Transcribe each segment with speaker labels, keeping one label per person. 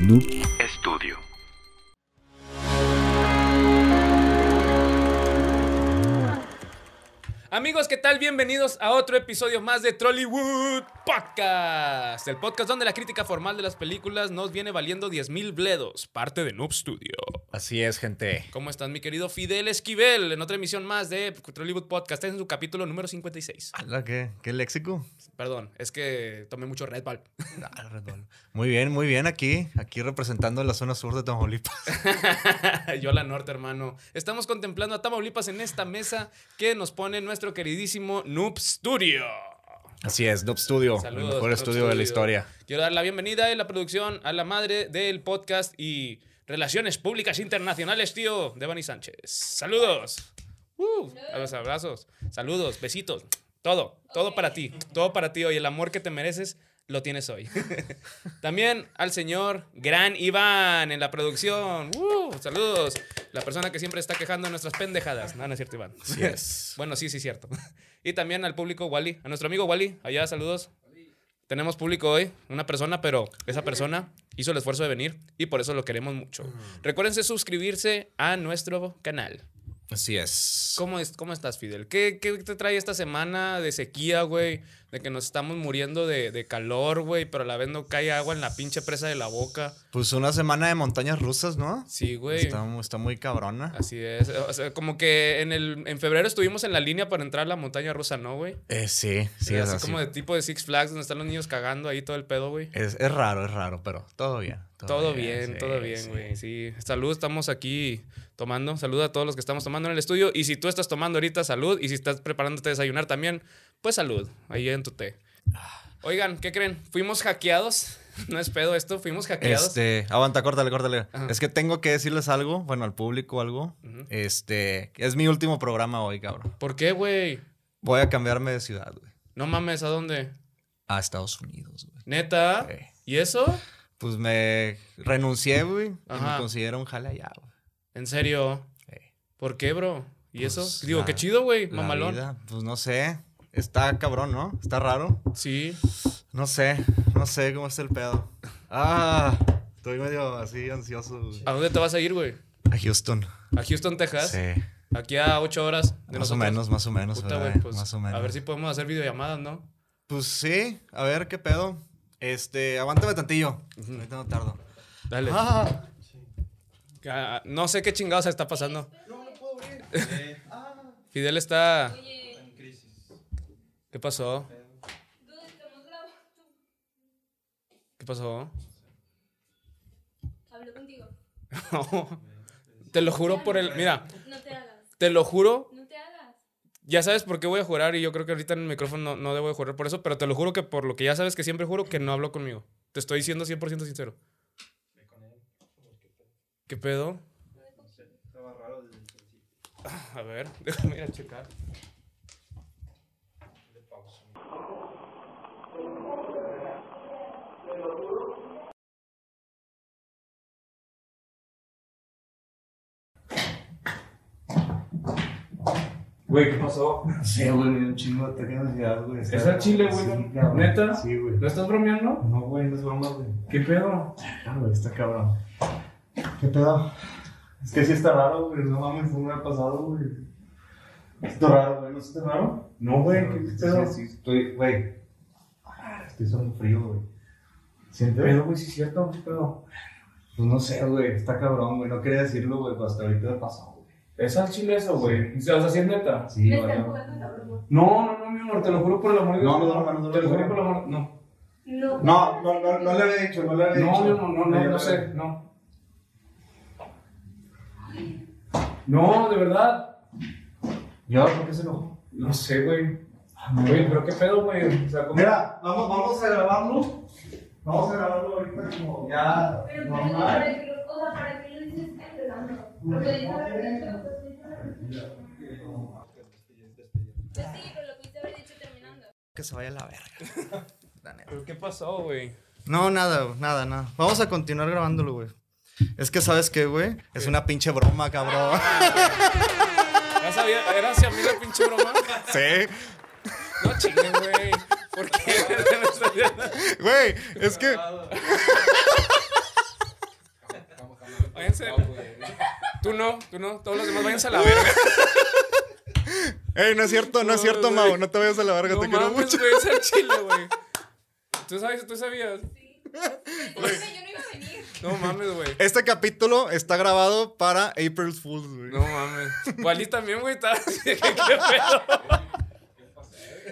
Speaker 1: Noob
Speaker 2: Estudio.
Speaker 3: Amigos, ¿qué tal? Bienvenidos a otro episodio más de Trollywood Podcast. El podcast donde la crítica formal de las películas nos viene valiendo 10.000 bledos, parte de Noob Studio.
Speaker 4: Así es, gente.
Speaker 3: ¿Cómo estás, mi querido Fidel Esquivel? En otra emisión más de Trollywood Podcast, en su capítulo número 56.
Speaker 4: ¿La qué? ¿Qué léxico?
Speaker 3: Perdón, es que tomé mucho Red Bull.
Speaker 4: Ah, Red Bull. Muy bien, muy bien aquí. Aquí representando la zona sur de Tamaulipas.
Speaker 3: Yo a la norte, hermano. Estamos contemplando a Tamaulipas en esta mesa que nos pone nuestro queridísimo Noob Studio.
Speaker 4: Así es, Noob Studio.
Speaker 3: Saludos,
Speaker 4: el mejor
Speaker 3: Noob
Speaker 4: estudio de
Speaker 3: Studio.
Speaker 4: la historia.
Speaker 3: Quiero dar la bienvenida en la producción a la madre del podcast y Relaciones Públicas Internacionales, tío, Devani Sánchez. Saludos. Uh, a los abrazos. Saludos, besitos. Todo, todo para ti. Todo para ti hoy. El amor que te mereces lo tienes hoy. También al señor Gran Iván en la producción. Uh, saludos. La persona que siempre está quejando de nuestras pendejadas. No, no es cierto, Iván.
Speaker 4: Así es.
Speaker 3: Bueno, sí, sí, cierto. Y también al público Wally, a nuestro amigo Wally, allá saludos. Tenemos público hoy, una persona, pero esa persona hizo el esfuerzo de venir y por eso lo queremos mucho. Recuérdense suscribirse a nuestro canal.
Speaker 4: Así es.
Speaker 3: ¿Cómo, es, cómo estás, Fidel? ¿Qué, qué te trae esta semana de sequía, güey? De que nos estamos muriendo de, de calor, güey, pero a la vez no cae agua en la pinche presa de la boca.
Speaker 4: Pues una semana de montañas rusas, ¿no?
Speaker 3: Sí, güey.
Speaker 4: Está, está muy cabrona.
Speaker 3: Así es. O sea, como que en, el, en febrero estuvimos en la línea para entrar a la montaña rusa, ¿no, güey?
Speaker 4: Eh, sí, sí,
Speaker 3: Eh,
Speaker 4: es
Speaker 3: así,
Speaker 4: así.
Speaker 3: como de tipo de Six Flags, donde están los niños cagando ahí todo el pedo, güey.
Speaker 4: Es, es raro, es raro, pero todo bien.
Speaker 3: Todo bien,
Speaker 4: sí,
Speaker 3: todo bien,
Speaker 4: sí.
Speaker 3: güey. Sí. Salud, estamos aquí tomando. Salud a todos los que estamos tomando en el estudio. Y si tú estás tomando ahorita, salud. Y si estás preparándote a desayunar también, pues salud. Ahí en tu té. Oigan, ¿qué creen? Fuimos hackeados. No es pedo esto, fuimos hackeados.
Speaker 4: Este, aguanta, córtale, córtale.
Speaker 3: Ajá.
Speaker 4: Es que tengo que decirles algo, bueno, al público algo.
Speaker 3: Ujú.
Speaker 4: Este, es mi último programa hoy, cabrón.
Speaker 3: ¿Por qué, güey?
Speaker 4: Voy a cambiarme de ciudad, güey.
Speaker 3: No mames, ¿a dónde?
Speaker 4: A Estados Unidos, güey.
Speaker 3: Neta.
Speaker 4: Sí.
Speaker 3: ¿Y eso?
Speaker 4: Pues me renuncié, güey. Y
Speaker 3: Ajá.
Speaker 4: me considero un jale allá, güey.
Speaker 3: En serio.
Speaker 4: Eh,
Speaker 3: ¿Por qué, bro? ¿Y
Speaker 4: Pues,
Speaker 3: eso? Digo,
Speaker 4: la-
Speaker 3: qué chido, güey.
Speaker 4: la
Speaker 3: Mamalón.
Speaker 4: vida, pues no sé. Está cabrón, ¿no? Está raro.
Speaker 3: Sí.
Speaker 4: No sé. No sé cómo está el pedo. Ah, estoy medio así ansioso. güey.
Speaker 3: ¿A dónde te vas a ir, güey?
Speaker 4: A Houston.
Speaker 3: A Houston, Texas.
Speaker 4: Sí.
Speaker 3: Aquí a 8 horas. de
Speaker 4: Más o
Speaker 3: nosotros.
Speaker 4: menos, más o menos,
Speaker 3: Puta,
Speaker 4: ¿verdad?
Speaker 3: güey, pues,
Speaker 4: más o menos.
Speaker 3: A ver si podemos hacer videollamadas, ¿no?
Speaker 4: Pues sí, a ver qué pedo. Este, aguántame tantillo. Ahorita no tardo.
Speaker 3: Dale.
Speaker 4: Ah,
Speaker 3: Ah, No sé qué chingados está pasando. Fidel está. ¿Qué pasó? ¿Qué pasó?
Speaker 5: Hablo contigo.
Speaker 3: te lo juro por el. Mira,
Speaker 5: No te hagas.
Speaker 3: te lo juro.
Speaker 5: No te hagas.
Speaker 3: Ya sabes por qué voy a jurar y yo creo que ahorita en el micrófono no, no debo de jurar por eso, pero te lo juro que por lo que ya sabes que siempre juro que no hablo conmigo. Te estoy diciendo 100% sincero. ¿Qué pedo? Ah, A ver, déjame ir a checar.
Speaker 6: Güey, ¿qué pasó?
Speaker 4: sí, güey, un chingo de ataque de ansiedad, güey. Está-
Speaker 6: ¿Es al chile, güey?
Speaker 4: Sí, cabrón.
Speaker 6: ¿Neta?
Speaker 4: Sí, güey.
Speaker 6: ¿No estás bromeando?
Speaker 4: No, güey, no es broma, güey.
Speaker 6: ¿Qué pedo?
Speaker 4: Claro, Ah, güey, está cabrón. ¿Qué pedo? Es que sí está raro, güey. No mames, no me ha pasado, güey. Está raro, güey. ¿No está raro?
Speaker 6: No, güey, ¿qué
Speaker 3: Ah,
Speaker 4: Sí,
Speaker 6: pedo?
Speaker 4: Sí, sí, estoy, güey. Ah, Estoy solo frío, güey.
Speaker 6: ¿Qué
Speaker 4: ¿Sientes?
Speaker 6: pedo, güey? Sí, es cierto, ¿qué pedo?
Speaker 4: Pues no sé, güey. Está cabrón, güey. No quería decirlo, güey, pero hasta ahorita pasó, güey.
Speaker 6: ¿Es al chile eso, güey? O sea, o sea, ¿sí es neta?
Speaker 4: Sí,
Speaker 5: Me
Speaker 4: güey.
Speaker 5: están jugando la broma.
Speaker 6: No, no, no, mi amor, te lo juro por el amor de
Speaker 4: No,
Speaker 6: Dios.
Speaker 4: no, no, no, no,
Speaker 6: Te lo
Speaker 4: no,
Speaker 6: juro
Speaker 4: no.
Speaker 6: por el amor. No,
Speaker 5: No.
Speaker 4: No, no, no, no le había dicho, no le había
Speaker 6: no,
Speaker 4: dicho.
Speaker 6: mi amor, no, no, no,
Speaker 4: Yo
Speaker 6: sé, no. No, de verdad.
Speaker 4: ¿Y ahora por qué se enojó?
Speaker 6: No sé, güey. Ah, Güey, pero ¿qué pedo, güey? O sea, ¿cómo?
Speaker 4: Mira, vamos, vamos a grabarlo. Vamos a grabarlo ahorita como ya
Speaker 5: Pero para que-
Speaker 4: normal.
Speaker 5: para que lo- o sea, para que lo dices que te lo amo. Porque dices, "Lo pudiste haber dicho". Pues sí, pero lo pudiste haber dicho terminando.
Speaker 4: Que se vaya a la verga.
Speaker 3: ¿Pero qué pasó, güey?
Speaker 4: No, nada, güey, nada, nada. Vamos a continuar grabándolo, güey. Es que, ¿sabes qué, güey? Es una pinche broma, cabrón.
Speaker 3: ¿Ya sabía? ¿Era hacia mí la pinche broma?
Speaker 4: Sí.
Speaker 3: No chingues, güey. ¿Por qué?
Speaker 4: Güey, es que.
Speaker 2: No,
Speaker 3: cárcel.
Speaker 2: güey.
Speaker 3: Tú no, tú no. Todos los demás váyanse a la verga.
Speaker 4: Ey, no es cierto, no es
Speaker 3: No,
Speaker 4: cierto, Mau.
Speaker 3: güey.
Speaker 4: No te vayas a la verga,
Speaker 3: no
Speaker 4: te quiero
Speaker 3: mames,
Speaker 4: mucho.
Speaker 3: güey, es al chile, güey. ¿Tú sabes? ¿Tú sabías?
Speaker 5: Sí.
Speaker 4: Pues.
Speaker 5: Disculpe, Yo no iba a venir.
Speaker 3: No mames, güey.
Speaker 4: Este capítulo está grabado para April Fools, güey.
Speaker 3: No mames. Wally también, güey, estaba así de que, ¿qué pedo?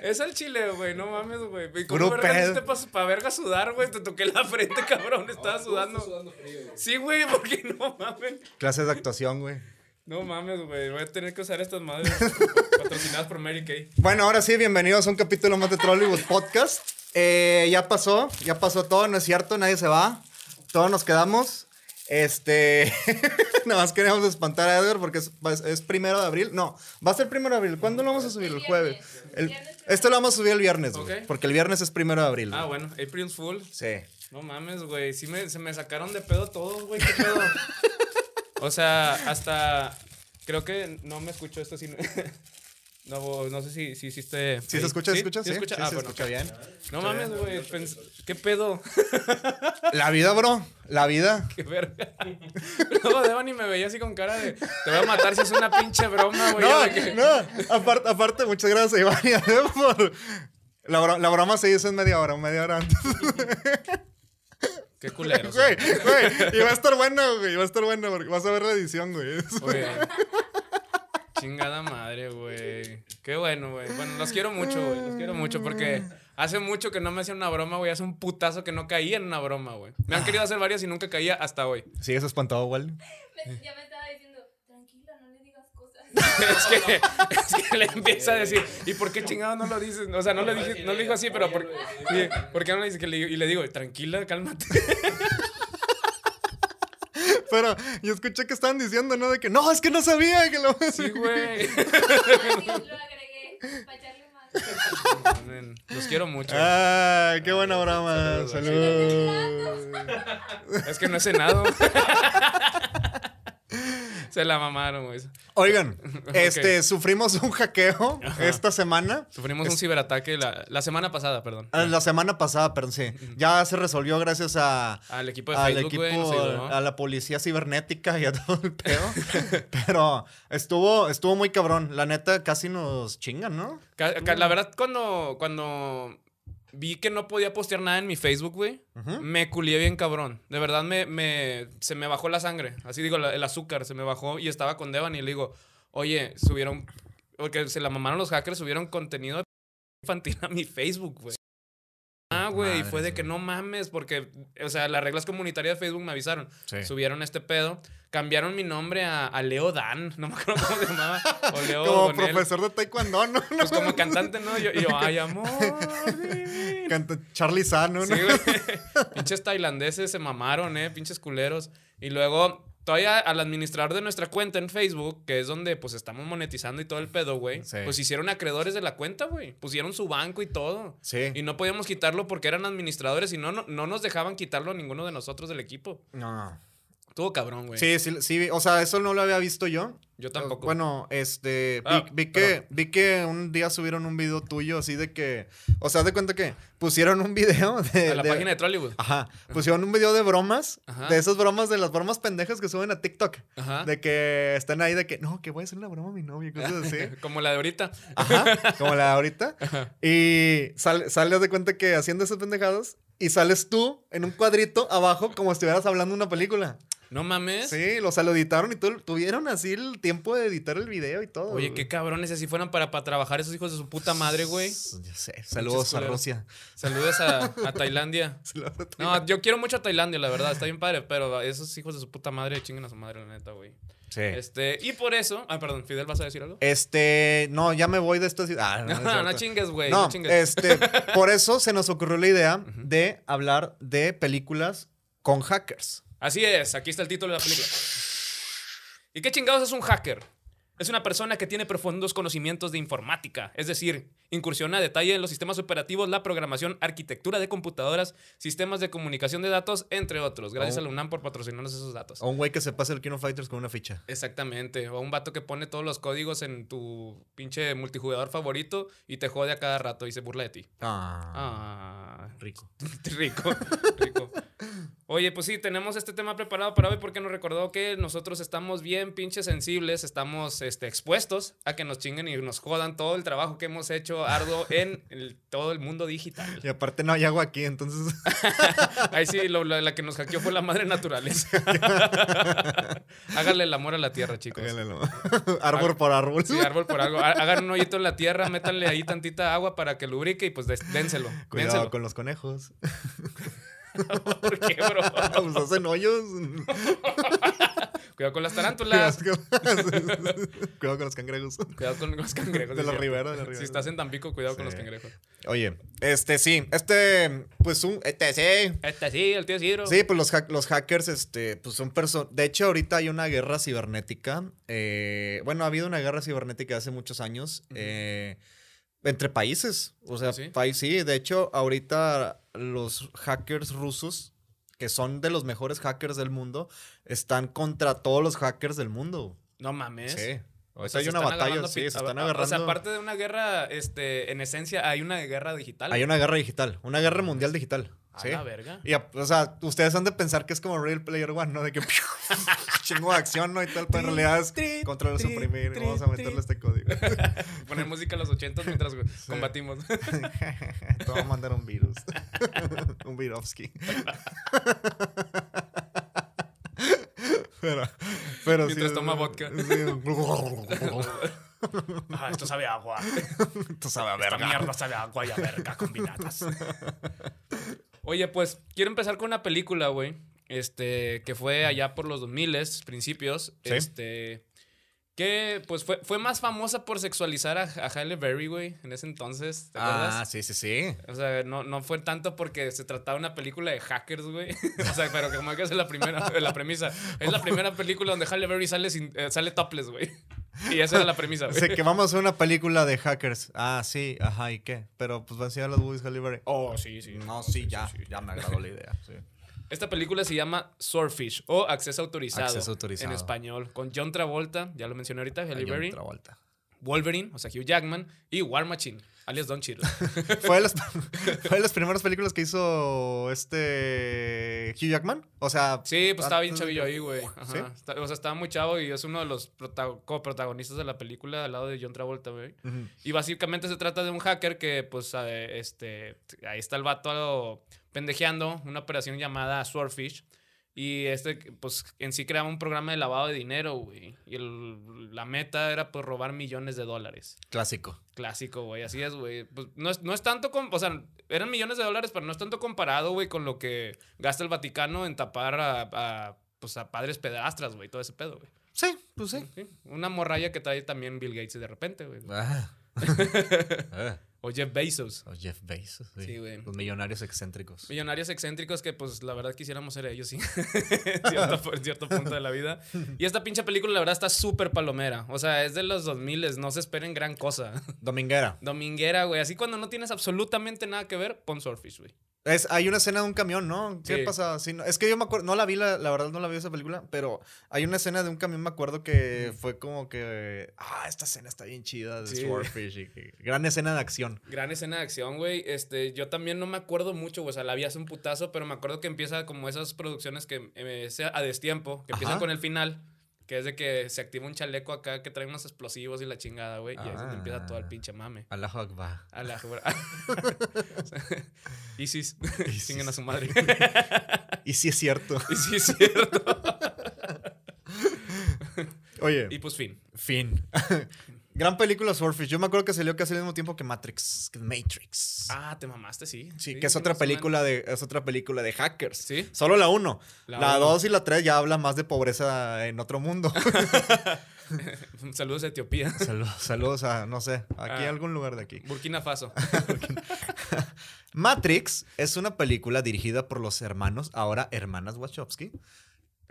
Speaker 3: Es al chile, güey, no mames, güey. ¿Y ¿Cómo
Speaker 4: Puro
Speaker 3: verga
Speaker 4: pedo.
Speaker 3: te pasó para verga sudar, güey? Te toqué la frente, cabrón, estaba
Speaker 2: Sudando.
Speaker 3: sudando.
Speaker 2: sudando frío, güey.
Speaker 3: Sí, güey, porque no mames.
Speaker 4: Clases de actuación, güey.
Speaker 3: No mames, güey, voy a tener que usar estas madres patrocinadas por Mary Kay.
Speaker 4: Bueno, ahora sí, bienvenidos a un capítulo más de Trollywood Podcast. Eh, ya pasó, ya pasó todo, no es cierto, nadie se va. Todos nos quedamos. Este. Nada más queríamos espantar a Edgar porque es, va- es primero de abril. No, va a ser primero de abril. ¿Cuándo lo vamos a subir? El jueves. El- este lo vamos a subir el viernes, güey,
Speaker 3: Ok.
Speaker 4: Porque el viernes es primero de abril.
Speaker 3: Ah,
Speaker 4: güey.
Speaker 3: bueno, April's Fool.
Speaker 4: Sí.
Speaker 3: No mames, güey, sí me, se me sacaron de pedo todos, güey, qué pedo. O sea, hasta creo que no me escuchó esto sin No, bo- no sé si, si hiciste.
Speaker 4: ¿Sí se escucha? ¿Se escucha?
Speaker 3: ¿Sí? escucha? ah,
Speaker 4: se
Speaker 3: bueno.
Speaker 4: escucha bien.
Speaker 3: No mames, güey. pens- ¿Qué pedo?
Speaker 4: La vida, bro. La vida.
Speaker 3: Qué verga. Luego Devani me veía así con cara de. Te voy a matar si es una pinche broma, güey.
Speaker 4: No,
Speaker 3: ya de que-
Speaker 4: no. Aparte, aparte, muchas gracias, a Iván y a Dev por- La, bro- la broma se hizo en media hora, media hora antes.
Speaker 3: Qué culero.
Speaker 4: Güey, güey. Y va a estar bueno, güey. Va a estar bueno porque vas a ver la edición, güey.
Speaker 3: Oye. Chingada madre, güey. Qué bueno, güey. Bueno, los quiero mucho, güey. Los quiero mucho porque hace mucho que no me hacían una broma, güey. Hace un putazo que no caía en una broma, güey. Me han querido hacer varias y nunca caía hasta hoy.
Speaker 4: ¿Sigues espantado, Wally?
Speaker 5: Me- Ya me estaba diciendo, tranquila, no le digas cosas.
Speaker 3: es, que, es que le empieza a decir, ¿y por qué chingado no lo dices? O sea, no le dije, no le digo así, pero ¿por, oye, ¿por qué no le dices que le digo? Y le digo, tranquila, cálmate.
Speaker 4: Pero yo escuché que estaban diciendo, ¿no? De que no, es que no sabía que lo.
Speaker 3: Sí, güey.
Speaker 5: Lo agregué para echarle más.
Speaker 3: Amén. Los quiero mucho.
Speaker 4: Ah, qué buena broma.
Speaker 3: Saludos.
Speaker 4: Salud.
Speaker 3: Es que no he cenado. Se la mamaron, güey.
Speaker 4: Oigan,
Speaker 3: Ok.
Speaker 4: este, sufrimos un hackeo esta semana.
Speaker 3: Sufrimos un ciberataque la, la semana pasada, perdón.
Speaker 4: Ah, La semana pasada, perdón, sí. Ya se resolvió gracias a,
Speaker 3: Al equipo de
Speaker 4: al
Speaker 3: Pues Facebook,
Speaker 4: equipo,
Speaker 3: güey. nos ayudó.
Speaker 4: a la policía cibernética y a todo el pedo. Pero estuvo, estuvo muy cabrón. La neta, casi nos chingan, ¿no?
Speaker 3: Ca- ca-
Speaker 4: Mm.
Speaker 3: La verdad, cuando, cuando vi que no podía postear nada en mi Facebook, güey,
Speaker 4: Ujú.
Speaker 3: me culié bien cabrón. De verdad, me, me- se me bajó la sangre. Así digo, la- el azúcar se me bajó y estaba con Devan y le digo, oye, subieron, porque se la mamaron los hackers, subieron contenido de infantil a mi Facebook, güey. Ah, güey, y
Speaker 4: Madres,
Speaker 3: fue de que
Speaker 4: güey.
Speaker 3: no mames, porque, o sea, las reglas comunitarias de Facebook me avisaron.
Speaker 4: Sí.
Speaker 3: Subieron este pedo, cambiaron mi nombre a, a Leo Dan, no me acuerdo cómo se llamaba, o Leo
Speaker 4: Como
Speaker 3: Donel.
Speaker 4: profesor de taekwondo, ¿no?
Speaker 3: Pues como cantante, ¿no? Yo, y yo ay, amor. divino".
Speaker 4: Canta Charlie Sano, ¿no?
Speaker 3: Sí, güey. Pinches tailandeses se mamaron, ¿eh? Pinches culeros. Y luego, todavía al administrador de nuestra cuenta en Facebook, que es donde pues estamos monetizando y todo el pedo, güey,
Speaker 4: Sí.
Speaker 3: pues hicieron acreedores de la cuenta, güey. Pusieron su banco y todo.
Speaker 4: Sí.
Speaker 3: Y no podíamos quitarlo porque eran administradores y no, no, no nos dejaban quitarlo a ninguno de nosotros del equipo.
Speaker 4: No.
Speaker 3: Estuvo cabrón, güey.
Speaker 4: Sí, sí, sí, o sea, eso no lo había visto yo.
Speaker 3: Yo tampoco.
Speaker 4: Bueno, este, vi,
Speaker 3: Ah,
Speaker 4: vi que, vi que un día subieron un video tuyo así de que, o sea, haz de cuenta que pusieron un video de...
Speaker 3: a la
Speaker 4: de-
Speaker 3: página de Trollywood.
Speaker 4: Ajá, pusieron un video de bromas,
Speaker 3: Ajá.
Speaker 4: de esas bromas, de las bromas pendejas que suben a TikTok.
Speaker 3: Ajá.
Speaker 4: De que están ahí de que, no, que voy a hacer una broma a mi novia, cosas así.
Speaker 3: Como la de ahorita.
Speaker 4: Ajá, como la de ahorita. Y sal- sales de cuenta que haciendo esas pendejadas y sales tú en un cuadrito abajo como si estuvieras hablando una película.
Speaker 3: No mames.
Speaker 4: Sí, lo, o sea, lo editaron y todo, tuvieron así el tiempo de editar el video y todo.
Speaker 3: Oye, qué cabrones, si fueran para, para trabajar esos hijos de su puta madre, güey.
Speaker 4: Ya sé. Saludos a
Speaker 3: culeros.
Speaker 4: Rusia.
Speaker 3: Saludos a, a Tailandia.
Speaker 4: Saludos a
Speaker 3: No, yo quiero mucho a Tailandia, la verdad, está bien padre, pero esos hijos de su puta madre chingan a su madre, la neta, güey.
Speaker 4: Sí.
Speaker 3: Este, y por eso. Ah, perdón, Fidel, ¿vas a decir algo?
Speaker 4: Este, no, ya me voy de esta ciudad. Ah, no,
Speaker 3: No,
Speaker 4: es
Speaker 3: no,
Speaker 4: cierto.
Speaker 3: chingues, güey. No,
Speaker 4: No,
Speaker 3: chingues.
Speaker 4: este, por eso se nos ocurrió la idea de hablar de películas con hackers.
Speaker 3: Así es, aquí está el título de la película. ¿Y qué chingados es un hacker? Es una persona que tiene profundos conocimientos de informática, es decir, incursiona a detalle en los sistemas operativos, la programación, arquitectura de computadoras, sistemas de comunicación de datos, entre otros. Gracias
Speaker 4: Oh.
Speaker 3: a la UNAM por patrocinarnos esos datos.
Speaker 4: O un güey que se pase el Kino Fighters con una ficha.
Speaker 3: Exactamente. O un vato que pone todos los códigos en tu pinche multijugador favorito y te jode a cada rato y se burla de ti. Ah,
Speaker 4: Ah. Rico.
Speaker 3: rico, rico. Oye, pues sí, tenemos este tema preparado para hoy porque nos recordó que nosotros estamos bien pinches sensibles, estamos este, expuestos a que nos chinguen y nos jodan todo el trabajo que hemos hecho arduo en el- todo el mundo digital.
Speaker 4: Y aparte no hay agua aquí, entonces.
Speaker 3: Ahí sí, lo- la, la que nos hackeó fue la madre naturaleza. Háganle el amor a la tierra, chicos.
Speaker 4: Háganlo. árbol por árbol.
Speaker 3: Sí, árbol por algo. Ha- Hagan un hoyito en la tierra, métanle ahí tantita agua para que lubrique y pues des- dénselo.
Speaker 4: Cuidado
Speaker 3: dénselo.
Speaker 4: con los conejos.
Speaker 3: ¿Por qué, bro?
Speaker 4: pues hacen hoyos.
Speaker 3: Cuidado con las tarántulas.
Speaker 4: Cuidado con- Cuidado con los cangrejos.
Speaker 3: Cuidado con los cangrejos.
Speaker 4: De
Speaker 3: es
Speaker 4: la
Speaker 3: cierto.
Speaker 4: ribera, de la
Speaker 3: Si
Speaker 4: ribera.
Speaker 3: estás en Tampico, cuidado con los
Speaker 4: Sí.
Speaker 3: cangrejos.
Speaker 4: Oye, este sí, este, pues un, este sí.
Speaker 3: Este sí, el tío Isidro.
Speaker 4: Sí, pues los, hack- los hackers, este, pues son personas. De hecho, ahorita hay una guerra cibernética. eh, bueno, ha habido una guerra cibernética hace muchos años eh, entre países. O sea,
Speaker 3: ¿Sí?
Speaker 4: país sí. De hecho, ahorita los hackers rusos, que son de los mejores hackers del mundo, están contra todos los hackers del mundo.
Speaker 3: No mames.
Speaker 4: Sí.
Speaker 3: O
Speaker 4: O
Speaker 3: sea,
Speaker 4: sea, hay
Speaker 3: se
Speaker 4: una
Speaker 3: están
Speaker 4: batalla,
Speaker 3: agarrando
Speaker 4: sí,
Speaker 3: pit-
Speaker 4: se están
Speaker 3: a- a-
Speaker 4: agarrando.
Speaker 3: O sea, aparte de una guerra, este, en esencia, hay una guerra digital.
Speaker 4: Hay una guerra digital, una guerra mundial digital.
Speaker 3: Ah, A
Speaker 4: sí.
Speaker 3: la verga.
Speaker 4: Y, a- o sea, ustedes han de pensar que es como Real Player One, ¿no? De que ¡piu! chingo de acción, ¿no? Y tal, pero en realidad es control de suprimir. Vamos a meterle este código.
Speaker 3: Poner música a los 80 mientras combatimos.
Speaker 4: Te va a mandar un virus. un virovsky. pero, pero
Speaker 3: Mientras
Speaker 4: sí,
Speaker 3: toma vodka.
Speaker 4: sí.
Speaker 3: Ah, esto sabe a agua.
Speaker 4: Tú sabes, a
Speaker 3: Esta
Speaker 4: verga.
Speaker 3: mierda sabe a agua y a verga combinadas. Oye, pues quiero empezar con una película, güey. Este, que fue allá por los 2000 principios.
Speaker 4: Sí.
Speaker 3: Este. Que pues fue, fue más famosa por sexualizar a, a Halle Berry, güey, en ese entonces. ¿Te acuerdas?
Speaker 4: Ah, sí, sí, sí.
Speaker 3: O sea, no, no fue tanto porque se trataba de una película de hackers, güey. O sea, pero como que esa es la primera, la premisa. Es la primera película donde Halle Berry sale, sin- eh, sale topless, güey. Y esa era la premisa, güey.
Speaker 4: Dice que vamos a hacer una película de hackers. Ah, sí, ajá, ¿y qué? Pero pues va a enseñar las boobies Halle Berry.
Speaker 3: Oh, sí, sí.
Speaker 4: No, sí, ya, ya me agradó la idea. sí.
Speaker 3: Esta película se llama Swordfish o Acceso Autorizado.
Speaker 4: Acceso Autorizado.
Speaker 3: En español. Con John Travolta, ya lo mencioné ahorita, Halle
Speaker 4: Hay
Speaker 3: Berry,
Speaker 4: otra vuelta.
Speaker 3: Wolverine, o sea, Hugh Jackman, y War Machine, alias Don Cheadle.
Speaker 4: Fue de, las, fue de las primeras películas que hizo este Hugh Jackman. O sea,
Speaker 3: Sí, pues estaba bien
Speaker 4: antes de
Speaker 3: chavillo
Speaker 4: que-
Speaker 3: ahí, güey. Ajá.
Speaker 4: ¿Sí?
Speaker 3: Está- O sea, estaba muy chavo y es uno de los prota- coprotagonistas de la película al lado de John Travolta, güey.
Speaker 4: Ujú.
Speaker 3: Y básicamente se trata de un hacker que, pues, eh, este, ahí está el vato pendejeando una operación llamada Swordfish. Y este, pues, en sí creaba un programa de lavado de dinero, güey. Y el- la meta era, pues, robar millones de dólares.
Speaker 4: Clásico.
Speaker 3: Clásico, güey. Así es, güey. Pues, no, es, no es tanto, com- o sea, eran millones de dólares, pero no es tanto comparado, güey, con lo que gasta el Vaticano en tapar a, a, pues, a padres pedastras, güey. Todo ese pedo, güey.
Speaker 4: Sí, pues sí.
Speaker 3: Sí, Una morralla que trae también Bill Gates de repente, güey.
Speaker 4: Ah. Ah,
Speaker 3: O Jeff Bezos.
Speaker 4: o Jeff Bezos. sí.
Speaker 3: Sí, güey.
Speaker 4: Los millonarios excéntricos.
Speaker 3: Millonarios excéntricos que, pues, la verdad quisiéramos ser ellos, sí. en, cierto, en cierto punto de la vida. Y esta pinche película, la verdad, está súper palomera. O sea, es de los 2000, no se esperen gran cosa.
Speaker 4: Dominguera.
Speaker 3: Dominguera, güey. Así cuando no tienes absolutamente nada que ver, pon Swordfish, güey.
Speaker 4: Es, hay una escena de un camión, ¿no? ¿Qué
Speaker 3: Sí.
Speaker 4: pasa? Sí, no- es que yo me acuerdo, no la vi, la, la verdad no la vi esa película, pero hay una escena de un camión, me acuerdo que fue como que, ah, esta escena está bien chida de
Speaker 3: Sí.
Speaker 4: Swordfish. y que- gran escena de acción.
Speaker 3: Gran escena de acción, güey. Este, yo también no me acuerdo mucho, güey. O sea, la vi hace un putazo, pero me acuerdo que empieza como esas producciones que eh, sea a destiempo, que empiezan
Speaker 4: Ajá.
Speaker 3: con el final, que es de que se activa un chaleco acá que trae unos explosivos y la chingada, güey. Y ahí es donde empieza todo el
Speaker 4: Ah.
Speaker 3: pinche mame.
Speaker 4: A la Hogba.
Speaker 3: A la Isis.
Speaker 4: Isis.
Speaker 3: Chinguen a su madre.
Speaker 4: Y sí es cierto.
Speaker 3: y sí, es cierto.
Speaker 4: Oye.
Speaker 3: Y pues fin.
Speaker 4: Fin. Gran película Swordfish. Yo me acuerdo que salió casi al mismo tiempo que Matrix. que Matrix.
Speaker 3: Ah, te mamaste, sí.
Speaker 4: sí, que es otra
Speaker 3: más o menos.
Speaker 4: película de es otra película de hackers.
Speaker 3: Sí.
Speaker 4: Solo la 1.
Speaker 3: La
Speaker 4: La
Speaker 3: uno.
Speaker 4: 2 y la 3 ya habla más de pobreza en otro mundo.
Speaker 3: Saludos a Etiopía.
Speaker 4: saludos, saludos a no sé, aquí
Speaker 3: Ah.
Speaker 4: algún lugar de aquí.
Speaker 3: Burkina Faso.
Speaker 4: Matrix es una película dirigida por los hermanos, ahora hermanas Wachowski.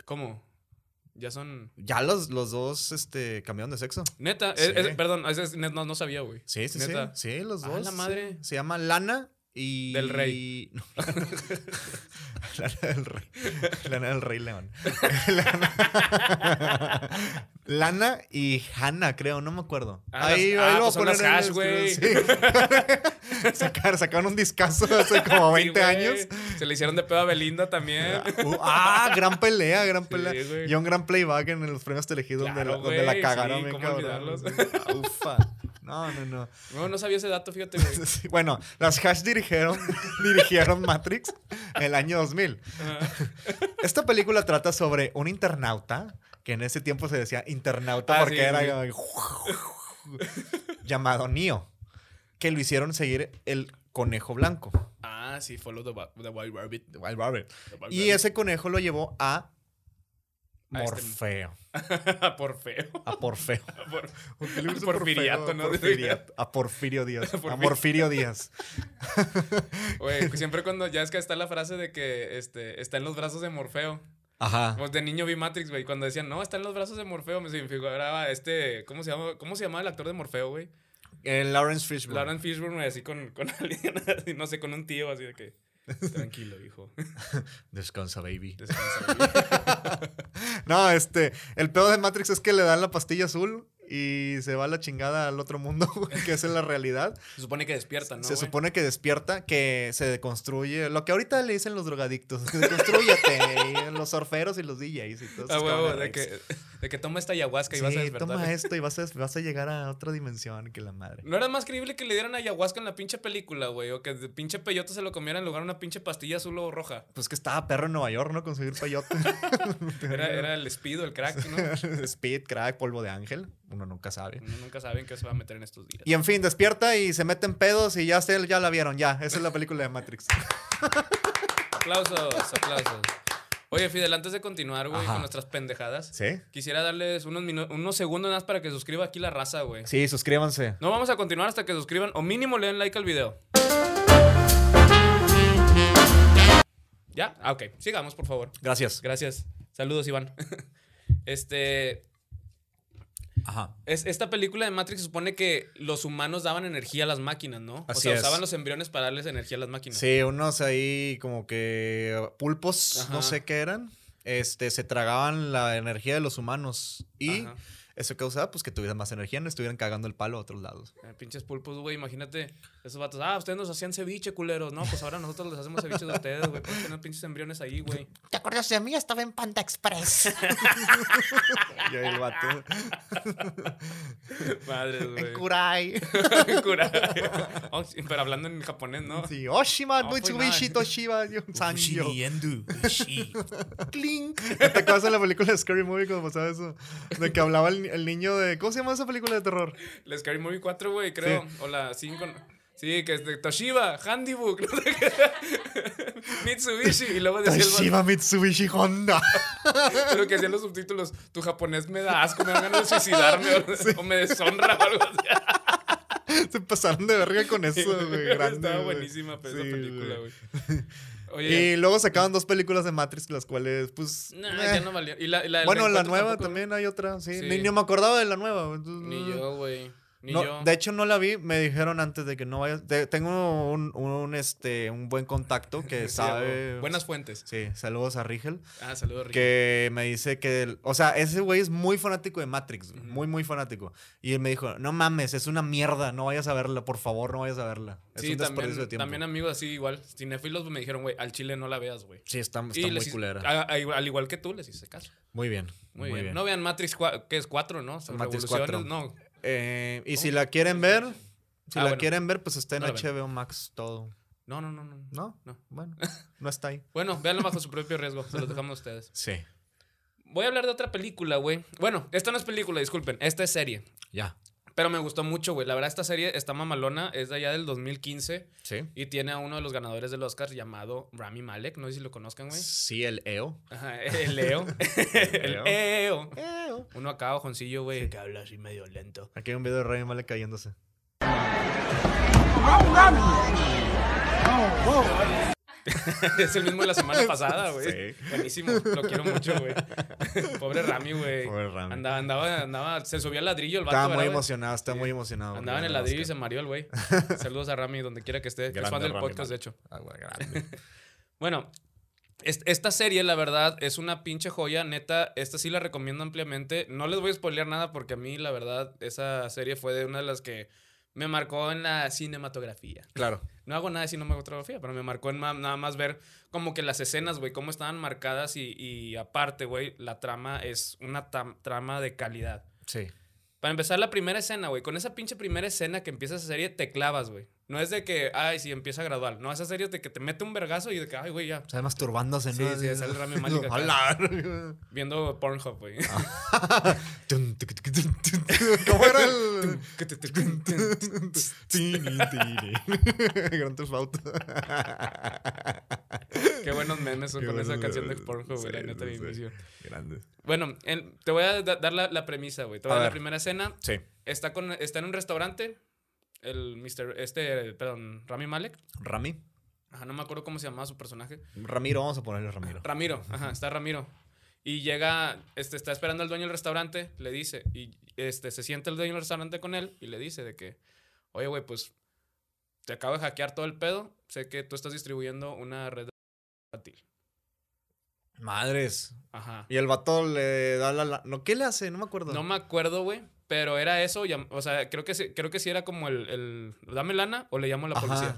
Speaker 3: ¿Cómo? Ya son.
Speaker 4: Ya los, los dos este cambiaron de sexo.
Speaker 3: Neta,
Speaker 4: Sí.
Speaker 3: es- es- perdón, es- es- no, no sabía, güey.
Speaker 4: Sí, sí,
Speaker 3: Neta.
Speaker 4: sí. Sí, los
Speaker 3: Ah,
Speaker 4: dos.
Speaker 3: la
Speaker 4: sí.
Speaker 3: madre.
Speaker 4: Se llama Lana y
Speaker 3: Del Rey.
Speaker 4: No. Lana del Rey. Lana del Rey León. Lana, Lana y Hannah, creo, no me acuerdo.
Speaker 3: Ah, las- ah, pues son las
Speaker 4: en el
Speaker 3: hash, güey.
Speaker 4: Sí. Sacar- sacaron un discazo hace como 20
Speaker 3: Sí, güey.
Speaker 4: años.
Speaker 3: Se le hicieron de pedo a Belinda también.
Speaker 4: Uh, ah, gran pelea, gran
Speaker 3: Sí,
Speaker 4: pelea.
Speaker 3: güey.
Speaker 4: y un gran playback en los premios Telehit donde,
Speaker 3: Claro,
Speaker 4: la- donde la
Speaker 3: güey,
Speaker 4: cagaron
Speaker 3: sí,
Speaker 4: bien
Speaker 3: ¿cómo
Speaker 4: cabrón.
Speaker 3: olvidarlos?
Speaker 4: Ah, Ufa. No, no, no.
Speaker 3: No, no sabía ese dato, fíjate, güey.
Speaker 4: Sí, Bueno, las Hash dirigieron, dirigieron Matrix el año 2000. Esta película trata sobre un internauta, que en ese tiempo se decía internauta
Speaker 3: Ah,
Speaker 4: porque
Speaker 3: sí,
Speaker 4: era llamado Neo, que lo hicieron seguir el conejo blanco.
Speaker 3: Ah, sí, Follow the, wa- the Wild Rabbit. The
Speaker 4: Wild Rabbit.
Speaker 3: Wild
Speaker 4: Y ese conejo lo llevó a
Speaker 3: A este-
Speaker 4: Morfeo.
Speaker 3: Rabbit. Por feo.
Speaker 4: A Porfeo.
Speaker 3: Por-
Speaker 4: Porque le
Speaker 3: A
Speaker 4: hizo
Speaker 3: Porfiriato,
Speaker 4: Porfeo,
Speaker 3: ¿no?
Speaker 4: A Porfiriato. A Porfirio Díaz.
Speaker 3: A Porfirio.
Speaker 4: A Porfirio Díaz.
Speaker 3: Güey, que siempre cuando ya es que está la frase de que este, está en los brazos de Morfeo.
Speaker 4: Ajá.
Speaker 3: Pues de niño vi Matrix, güey. Cuando decían, no, está en los brazos de Morfeo, me figuraba este. ¿Cómo se llama? ¿Cómo se llamaba el actor de Morfeo, güey?
Speaker 4: Eh, Lawrence Fishburne.
Speaker 3: Lauren Fishburne, güey, así con, con alguien, así, no sé, con un tío, así de que. Tranquilo, hijo.
Speaker 4: Descansa, baby.
Speaker 3: Descansa, güey".
Speaker 4: No, este, el pedo de Matrix es que le dan la pastilla azul y se va a la chingada al otro mundo, güey, que es en la realidad.
Speaker 3: Se supone que despierta, Ah, ¿no?
Speaker 4: se
Speaker 3: güey?
Speaker 4: supone que despierta, que se deconstruye. Lo que ahorita le dicen los drogadictos, deconstruyete. y los surferos y los DJs y todo
Speaker 3: Ah, huevo, de que, de que toma esta ayahuasca y vas a despertar.
Speaker 4: toma esto y vas a, vas a llegar a otra dimensión que la madre.
Speaker 3: ¿No era más creíble que le dieran ayahuasca en la pinche película, güey? O que de pinche peyote se lo comiera en lugar de una pinche pastilla azul o roja.
Speaker 4: Pues que estaba perro en Nueva York, ¿no? Conseguir peyote.
Speaker 3: Era, era el speed o el crack, ¿no?
Speaker 4: Speed, crack, polvo de ángel. Uno nunca sabe.
Speaker 3: Uno nunca sabe en qué se va a meter en estos días.
Speaker 4: Y en fin, despierta y se meten pedos y ya, se, ya la vieron, ya. Esa es la película de Matrix.
Speaker 3: Aplausos, aplausos. Oye, Fidel, antes de continuar, güey,
Speaker 4: Ajá.
Speaker 3: con nuestras pendejadas,
Speaker 4: ¿Sí?
Speaker 3: quisiera darles unos, minu- unos segundos más para que suscriba aquí la raza, güey.
Speaker 4: Sí, suscríbanse.
Speaker 3: No vamos a continuar hasta que suscriban o mínimo le den like al video. ¿Ya? Ah, ok. Sigamos, por favor.
Speaker 4: Gracias.
Speaker 3: Gracias. Saludos, Iván. Este,
Speaker 4: Ajá.
Speaker 3: Es, esta película de Matrix supone que los humanos daban energía a las máquinas, ¿no? o
Speaker 4: Así
Speaker 3: sea,
Speaker 4: es.
Speaker 3: usaban los embriones para darles energía a las máquinas.
Speaker 4: Sí, unos ahí como que pulpos,
Speaker 3: Ajá.
Speaker 4: no sé qué eran. Este, se tragaban la energía de los humanos y
Speaker 3: Ajá.
Speaker 4: eso causaba pues que tuvieran más energía, no estuvieran cagando el palo a otros lados.
Speaker 3: Eh, pinches pulpos, güey. Imagínate esos vatos. Ah, ustedes nos hacían ceviche, culeros. No, pues ahora nosotros les hacemos ceviche de ustedes, güey. Pueden tener pinches embriones ahí, güey.
Speaker 2: ¿Te acuerdas de mí? Estaba en Panda Express.
Speaker 4: Y ahí el vato,
Speaker 3: Madre, güey.
Speaker 4: en Kurai.
Speaker 3: Cura. Oh, sí, pero hablando en japonés, ¿no?
Speaker 4: Sí, Oshima,
Speaker 3: No, pues,
Speaker 4: Mitsubishi,
Speaker 3: no.
Speaker 4: Toshiba, y un Sanyo.
Speaker 2: Shiriendu. Sí.
Speaker 4: Clink. ¿Te acuerdas de la película de Scary Movie cuando pasaba eso? De que hablaba el, el niño de... ¿Cómo se llama esa película de terror?
Speaker 3: La Scary Movie 4, güey, creo. O la 5. Sí, que es de Toshiba, Handybook. no sé qué. Mitsubishi. Y luego decía el vato-
Speaker 4: Toshiba, Mitsubishi, Honda.
Speaker 3: Pero que hacían los subtítulos, tu japonés me da asco, me dan ganas de suicidarme o, o me deshonra o algo así.
Speaker 4: Se pasaron de verga con eso, güey. Grande.
Speaker 3: Estaba
Speaker 4: güey.
Speaker 3: buenísima pues,
Speaker 4: Sí,
Speaker 3: esa película, güey. Oye,
Speaker 4: Y luego sacaban dos películas de Matrix, las cuales, pues.
Speaker 3: nah,
Speaker 4: eh.
Speaker 3: ya no valió. Y la, y la del
Speaker 4: bueno, la
Speaker 3: 24
Speaker 4: nueva
Speaker 3: tampoco,
Speaker 4: también hay otra, sí.
Speaker 3: Sí.
Speaker 4: Ni, ni me acordaba de la nueva. entonces,
Speaker 3: Ni yo, güey. Ni
Speaker 4: no,
Speaker 3: yo.
Speaker 4: De hecho, no la vi. Me dijeron antes de que no vayas. de- tengo un, un, este, un buen contacto que
Speaker 3: Sí,
Speaker 4: sabe.
Speaker 3: güey. Buenas fuentes.
Speaker 4: Sí, saludos a Rigel.
Speaker 3: Ah, saludos, Ricky.
Speaker 4: Que me dice que. el- o sea, ese güey es muy fanático de Matrix. güey,
Speaker 3: Ujú.
Speaker 4: Muy, muy fanático. Y él me dijo: No mames, es una mierda. No vayas a verla, por favor, no vayas a verla. Es
Speaker 3: Sí,
Speaker 4: un desperdicio de
Speaker 3: también,
Speaker 4: tiempo.
Speaker 3: también amigos así igual. Cinefilos me dijeron, güey, al chile no la veas, güey.
Speaker 4: Sí, está,
Speaker 3: Y
Speaker 4: está
Speaker 3: les
Speaker 4: muy
Speaker 3: hice-
Speaker 4: culera.
Speaker 3: a- a- igual- al igual que tú, les hice caso.
Speaker 4: Muy bien.
Speaker 3: Muy, bien. No vean Matrix, cua- que es 4, ¿no? Son
Speaker 4: Matrix
Speaker 3: revoluciones,
Speaker 4: 4.
Speaker 3: No,
Speaker 4: Eh, y si la quieren ver, si
Speaker 3: Ah,
Speaker 4: la
Speaker 3: bueno.
Speaker 4: quieren ver, pues está en
Speaker 3: No la ven.
Speaker 4: HBO Max todo.
Speaker 3: no, no, no. no.
Speaker 4: ¿No?
Speaker 3: No.
Speaker 4: Bueno, no está ahí.
Speaker 3: Bueno, véanlo bajo su propio riesgo. Se los dejamos a ustedes.
Speaker 4: Sí,
Speaker 3: Voy a hablar de otra película, güey. Bueno, esta no es película, disculpen. Esta es serie.
Speaker 4: ya.
Speaker 3: Pero me gustó mucho, güey. La verdad, esta serie está mamalona. Es de allá del 2015.
Speaker 4: Sí.
Speaker 3: Y tiene a uno de los ganadores del Oscar llamado Rami Malek. No sé si lo conozcan, güey.
Speaker 4: Sí, el E EO.
Speaker 3: Ajá, el Leo. el Leo.
Speaker 4: EO.
Speaker 3: Uno acá, ojoncillo, güey.
Speaker 2: Que habla así medio lento.
Speaker 4: Aquí hay un video de Rami Malek cayéndose.
Speaker 3: es el mismo de la semana pasada, güey.
Speaker 4: Sí.
Speaker 3: Buenísimo. Lo quiero mucho, güey. Pobre Rami, güey.
Speaker 4: Pobre Rami.
Speaker 3: Andaba, andaba, andaba. Se subía al ladrillo el vato.
Speaker 4: Estaba
Speaker 3: ¿verdad,
Speaker 4: muy
Speaker 3: güey?
Speaker 4: emocionado, estaba muy emocionado. por
Speaker 3: Andaba en el
Speaker 4: ganar
Speaker 3: ladrillo y se
Speaker 4: Oscar.
Speaker 3: mareó el güey. Saludos a Rami, donde quiera que esté. es
Speaker 4: Grande
Speaker 3: fan del
Speaker 4: Rami
Speaker 3: podcast,
Speaker 4: Malek.
Speaker 3: de hecho.
Speaker 4: Ah, bueno, grande.
Speaker 3: Bueno, est- esta serie, la verdad, es una pinche joya, neta. Esta sí la recomiendo ampliamente. No les voy a spoilear nada porque a mí, la verdad, esa serie fue de una de las que me marcó en la cinematografía.
Speaker 4: Claro.
Speaker 3: No hago nada de cinematografía, pero me marcó en ma- nada más ver como que las escenas, güey, cómo estaban marcadas y, y aparte, güey, la trama es una tam- trama de calidad.
Speaker 4: Sí.
Speaker 3: Para empezar, la primera escena, güey. Con esa pinche primera escena que empieza esa serie, te clavas, güey. No es de que, ay, sí, empieza gradual. No, esa serie de que te mete un vergazo y de que, ay, güey, ya.
Speaker 4: O sea, masturbándose,
Speaker 3: Sí,
Speaker 4: ¿no?
Speaker 3: sí,
Speaker 4: Así-
Speaker 3: sale Rami Malek acá.
Speaker 4: Ojalá. Tun,
Speaker 3: Viendo Pornhub, güey.
Speaker 4: tuc, tuc, tuc, tuc. ¿Cómo era el...? Tini, tini. Grand Theft Auto.
Speaker 3: Qué buenos memes son
Speaker 4: Qué
Speaker 3: con esa
Speaker 4: buenos
Speaker 3: canción de
Speaker 4: memes.
Speaker 3: Pornhub, güey, la
Speaker 4: Sí,
Speaker 3: neta,
Speaker 4: sí,
Speaker 3: de
Speaker 4: sí.
Speaker 3: inicio.
Speaker 4: Grande.
Speaker 3: Bueno, en- te voy a da- dar la, la premisa, güey. Te voy
Speaker 4: A
Speaker 3: a dar la
Speaker 4: ver.
Speaker 3: primera escena.
Speaker 4: Sí.
Speaker 3: Está, con, está en un restaurante. El Mr. Este, perdón, Rami Malek.
Speaker 4: Rami.
Speaker 3: Ajá, no me acuerdo cómo se llamaba su personaje.
Speaker 4: Ramiro, vamos a ponerle Ramiro.
Speaker 3: Ramiro, ajá, está Ramiro. Y llega, este, está esperando al dueño del restaurante, le dice, y este, se sienta el dueño del restaurante con él y le dice de que, oye, güey, pues te acabo de hackear todo el pedo, sé que tú estás distribuyendo una red infantil.
Speaker 4: Madres.
Speaker 3: Ajá.
Speaker 4: Y el vato le da la... la- ¿No? ¿Qué le hace? No me acuerdo.
Speaker 3: No me acuerdo, güey, pero era eso, llam- o sea, creo que sí, creo que sí era como el, el, dame lana o le llamo a la
Speaker 4: Ajá.
Speaker 3: policía.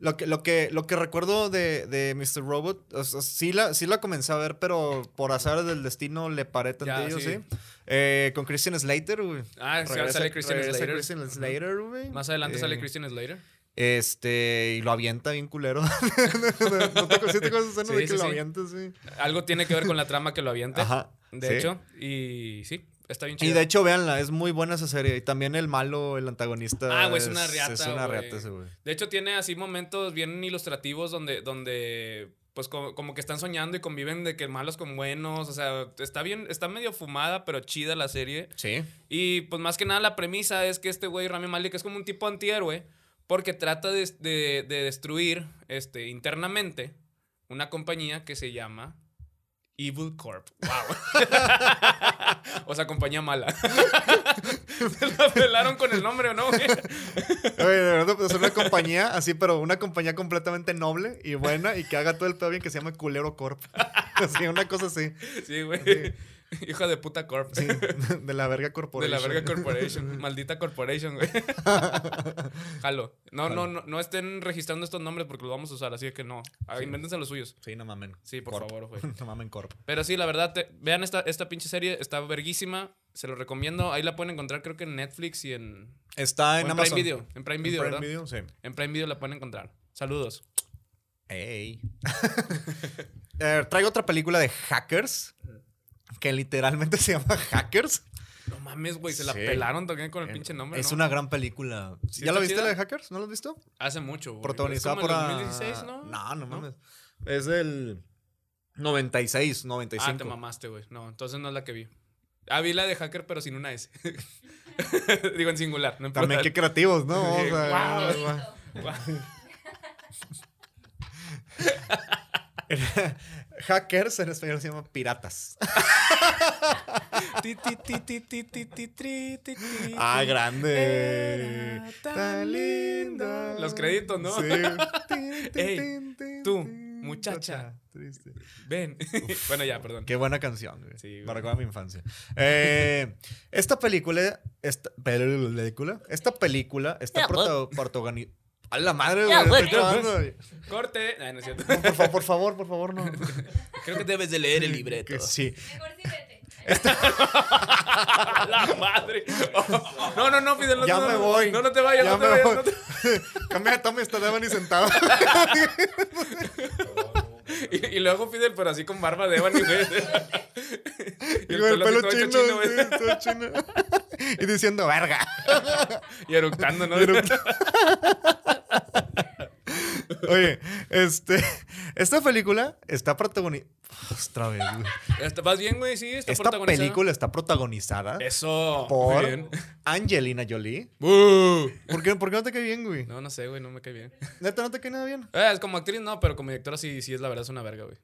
Speaker 4: Lo que, lo, que, lo que recuerdo de, de Mr. Robot, o sea, sí, la, sí la comencé a ver, pero por azar del destino le paré tantillo,
Speaker 3: sí.
Speaker 4: ¿sí? Eh, con Christian Slater, güey.
Speaker 3: Ah, sí,
Speaker 4: Regresa-
Speaker 3: sale Christian
Speaker 4: regresa
Speaker 3: Slater.
Speaker 4: Christian
Speaker 3: Ajá.
Speaker 4: Slater, güey.
Speaker 3: Más adelante
Speaker 4: Eh,
Speaker 3: sale Christian Slater.
Speaker 4: Este, y lo avienta bien culero. no te consiste con
Speaker 3: Sí,
Speaker 4: de que
Speaker 3: sí,
Speaker 4: lo
Speaker 3: sí.
Speaker 4: avienta, sí.
Speaker 3: Algo tiene que ver con la trama que lo avienta.
Speaker 4: Ajá.
Speaker 3: De
Speaker 4: sí.
Speaker 3: hecho, y sí, está bien chido.
Speaker 4: Y de hecho, véanla, es muy buena esa serie. Y también el malo, el antagonista.
Speaker 3: Ah, güey, es una
Speaker 4: Es
Speaker 3: riata,
Speaker 4: una
Speaker 3: güey.
Speaker 4: riata ese, güey.
Speaker 3: De hecho, tiene así momentos bien ilustrativos donde, donde pues co- como, que están soñando y conviven de que malos con buenos. O sea, está bien, está medio fumada, pero chida la serie.
Speaker 4: Sí.
Speaker 3: Y pues más que nada la premisa es que este güey, Rami Malik, es como un tipo antihéroe porque trata de, de- de destruir este, internamente una compañía que se llama Evil Corp. ¡Wow! o sea, compañía mala. se la pelaron con el nombre, ¿o no, güey?
Speaker 4: Oye, de verdad, pues es una compañía así, pero una compañía completamente noble y buena y que haga todo el pedo bien que se llama Culero Corp. Así, una cosa así.
Speaker 3: Sí, güey. Hija de puta Corp.
Speaker 4: Sí, de la verga
Speaker 3: De la
Speaker 4: corporation.
Speaker 3: verga Corporation. Maldita Corporation, güey. Jalo. No, no, no, no estén registrando estos nombres porque los vamos a usar, así que no. Ah, Invéntense los suyos.
Speaker 4: Sí, no mamen.
Speaker 3: Sí, por
Speaker 4: Corp.
Speaker 3: favor, güey.
Speaker 4: No mamen Corp.
Speaker 3: Pero sí, la verdad, te- vean esta, esta pinche serie. Está verguísima. Se lo recomiendo. Ahí la pueden encontrar, creo que en Netflix y en,
Speaker 4: Está
Speaker 3: o
Speaker 4: Ah, en
Speaker 3: en
Speaker 4: Amazon.
Speaker 3: Prime Video. En Prime Video,
Speaker 4: En
Speaker 3: ¿verdad?
Speaker 4: Prime Video, sí.
Speaker 3: En Prime Video la pueden encontrar. Saludos.
Speaker 4: Ey. Eh, traigo otra película de hackers que literalmente se llama Hackers.
Speaker 3: No mames, güey. Se la
Speaker 4: Sí.
Speaker 3: pelaron también con el pinche nombre.
Speaker 4: es
Speaker 3: ¿no?
Speaker 4: una gran película.
Speaker 3: ¿Sí
Speaker 4: ¿Ya
Speaker 3: está
Speaker 4: la viste
Speaker 3: chida?
Speaker 4: la de Hackers? ¿No la has visto?
Speaker 3: Hace mucho, güey.
Speaker 4: Protagonizada
Speaker 3: Es
Speaker 4: por.
Speaker 3: como en
Speaker 4: a-
Speaker 3: 2016, ¿no?
Speaker 4: No, no mames. Es del 96, 95.
Speaker 3: Ah, te mamaste, güey. No, entonces no es la que vi. Ah, vi la de hacker, pero sin una S. Digo en singular, no importa.
Speaker 4: También qué creativos, ¿no? O
Speaker 3: Sí,
Speaker 4: sea,
Speaker 3: guau.
Speaker 4: guau. Hackers en español se llama piratas.
Speaker 3: Ti, ti, ti, ti, ti, ti, ti, tri, ti, ti.
Speaker 4: Ah, grande.
Speaker 3: Era tan linda. Los créditos, ¿no?
Speaker 4: Sí.
Speaker 3: Ey,
Speaker 4: Tin, tin,
Speaker 3: tú,
Speaker 4: tin,
Speaker 3: muchacha.
Speaker 4: Triste.
Speaker 3: Ven. bueno, ya, perdón.
Speaker 4: Qué buena canción, güey.
Speaker 3: Sí, güey.
Speaker 4: Me recuerda a mi infancia. Eh, esta película. Esta película. Esta película está protagonizada. A la madre, güey.
Speaker 7: güey.
Speaker 4: estoy trabajando, güey.
Speaker 3: Corte. Ay, no es cierto.
Speaker 4: Por favor, por favor, por favor, no.
Speaker 3: Creo que debes de leer el libreto.
Speaker 4: Que sí.
Speaker 5: Mejor sí vete.
Speaker 3: ¡A la madre! no, no, no, Fidel. No,
Speaker 4: Ya
Speaker 3: no,
Speaker 4: me
Speaker 3: no,
Speaker 4: voy.
Speaker 3: No, no te vayas,
Speaker 4: Ya
Speaker 3: no te
Speaker 4: me
Speaker 3: vayas.
Speaker 4: voy.
Speaker 3: no te-
Speaker 4: Cambia de toma y está Devani sentado.
Speaker 3: Y, y luego Fidel, pero así con barba de Evan y güey.
Speaker 4: Y con el pelo
Speaker 3: todo
Speaker 4: chino.
Speaker 3: hecho
Speaker 4: sí, todo chino. Y diciendo, verga.
Speaker 3: Y eructando, ¿no?
Speaker 4: Oye, este. Esta película está protagonizada. Otra vez, güey.
Speaker 3: Está- Este, ¿Vas bien, güey? Sí, está
Speaker 4: Esta
Speaker 3: protagonizada.
Speaker 4: película está protagonizada
Speaker 3: Eso.
Speaker 4: por
Speaker 3: Oh, Muy bien.
Speaker 4: Angelina Jolie.
Speaker 3: ¡Bú!
Speaker 4: ¿Por qué, por qué no te cae bien, güey?
Speaker 3: No, no sé, güey, no me cae bien.
Speaker 4: Neta, no te cae nada bien.
Speaker 3: Eh, es como actriz, no, pero como directora sí, sí es la verdad, es una verga, güey.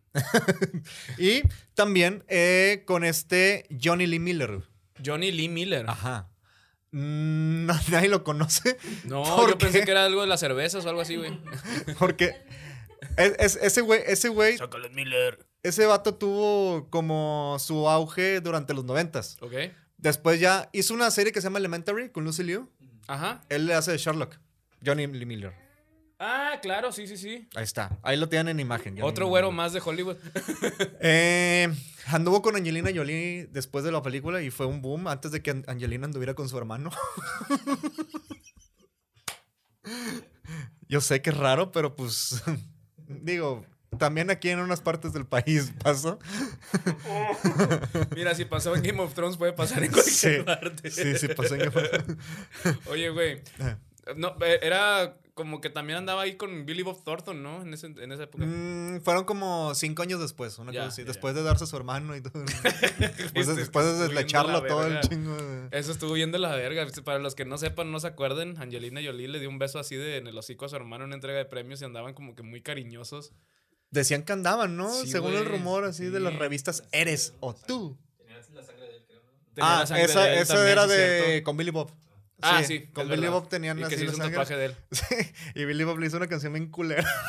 Speaker 4: Y también eh, con este Johnny Lee Miller.
Speaker 3: Johnny Lee Miller.
Speaker 4: Ajá. Mm, no, nadie lo conoce.
Speaker 3: No,
Speaker 4: ¿Por
Speaker 3: yo pensé
Speaker 4: qué?
Speaker 3: que era algo de las cervezas o algo así, güey.
Speaker 4: Porque Es- es- ese güey, ese güey,
Speaker 2: Chocolate Miller.
Speaker 4: ese vato tuvo como su auge durante los noventas.
Speaker 3: Ok.
Speaker 4: Después ya hizo una serie que se llama Elementary con Lucy Liu.
Speaker 3: Ajá.
Speaker 4: Él le hace de Sherlock. Johnny Lee Miller.
Speaker 3: Ah, claro, sí, sí, sí.
Speaker 4: Ahí está. Ahí lo tienen en imagen. Johnny
Speaker 3: Otro
Speaker 4: Lee
Speaker 3: güero
Speaker 4: Miller.
Speaker 3: más de Hollywood.
Speaker 4: Eh, anduvo con Angelina Jolie después de la película y fue un boom antes de que An- Angelina anduviera con su hermano. Yo sé que es raro, pero pues digo, también aquí en unas partes del país pasa.
Speaker 3: Mira, si pasó en Game of Thrones, puede pasar en cualquier parte.
Speaker 4: Sí, sí, pasa. en-
Speaker 3: Oye, güey. No, eh, era como que también andaba ahí con Billy Bob Thornton, ¿no? En, ese- en esa época.
Speaker 4: Mm, fueron como cinco años después, una
Speaker 3: Ya,
Speaker 4: cosa así,
Speaker 3: ya,
Speaker 4: Después de darse a su hermano y todo. después pues de,
Speaker 3: Este,
Speaker 4: después de
Speaker 3: estuvo yendo
Speaker 4: deslacharlo
Speaker 3: a la
Speaker 4: todo el
Speaker 3: verga.
Speaker 4: chingo. de-
Speaker 3: Eso estuvo yendo a la verga. Para los que no sepan, no se acuerden, Angelina Jolie le dio un beso así de en el hocico a su hermano en una entrega de premios y andaban como que muy cariñosos.
Speaker 4: Decían que andaban, ¿no?
Speaker 3: Sí,
Speaker 4: Según el
Speaker 3: güey,
Speaker 4: rumor así de las
Speaker 3: sí.
Speaker 4: revistas Eres o Tú.
Speaker 3: Tenía
Speaker 4: ah,
Speaker 3: la sangre
Speaker 4: esa,
Speaker 3: de él
Speaker 4: esa
Speaker 3: también,
Speaker 4: era
Speaker 3: sí,
Speaker 4: de
Speaker 3: cierto.
Speaker 4: con Billy Bob.
Speaker 3: Ah, sí. es
Speaker 4: Con Billy
Speaker 3: verdad.
Speaker 4: Bob tenían
Speaker 3: y que
Speaker 4: así
Speaker 3: se hizo
Speaker 4: la
Speaker 3: un
Speaker 4: sangre.
Speaker 3: tatuaje de él.
Speaker 4: Sí, y Billy Bob le hizo una canción bien culera.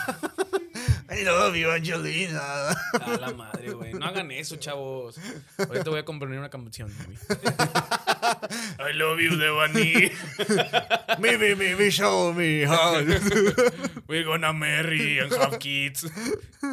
Speaker 4: I love you, Angelina.
Speaker 3: A la madre, güey. No hagan eso, chavos. Ahorita voy a componer una canción. güey. I love you, Devani.
Speaker 4: me, me, me, me, show me. how-
Speaker 3: We're gonna marry and have kids.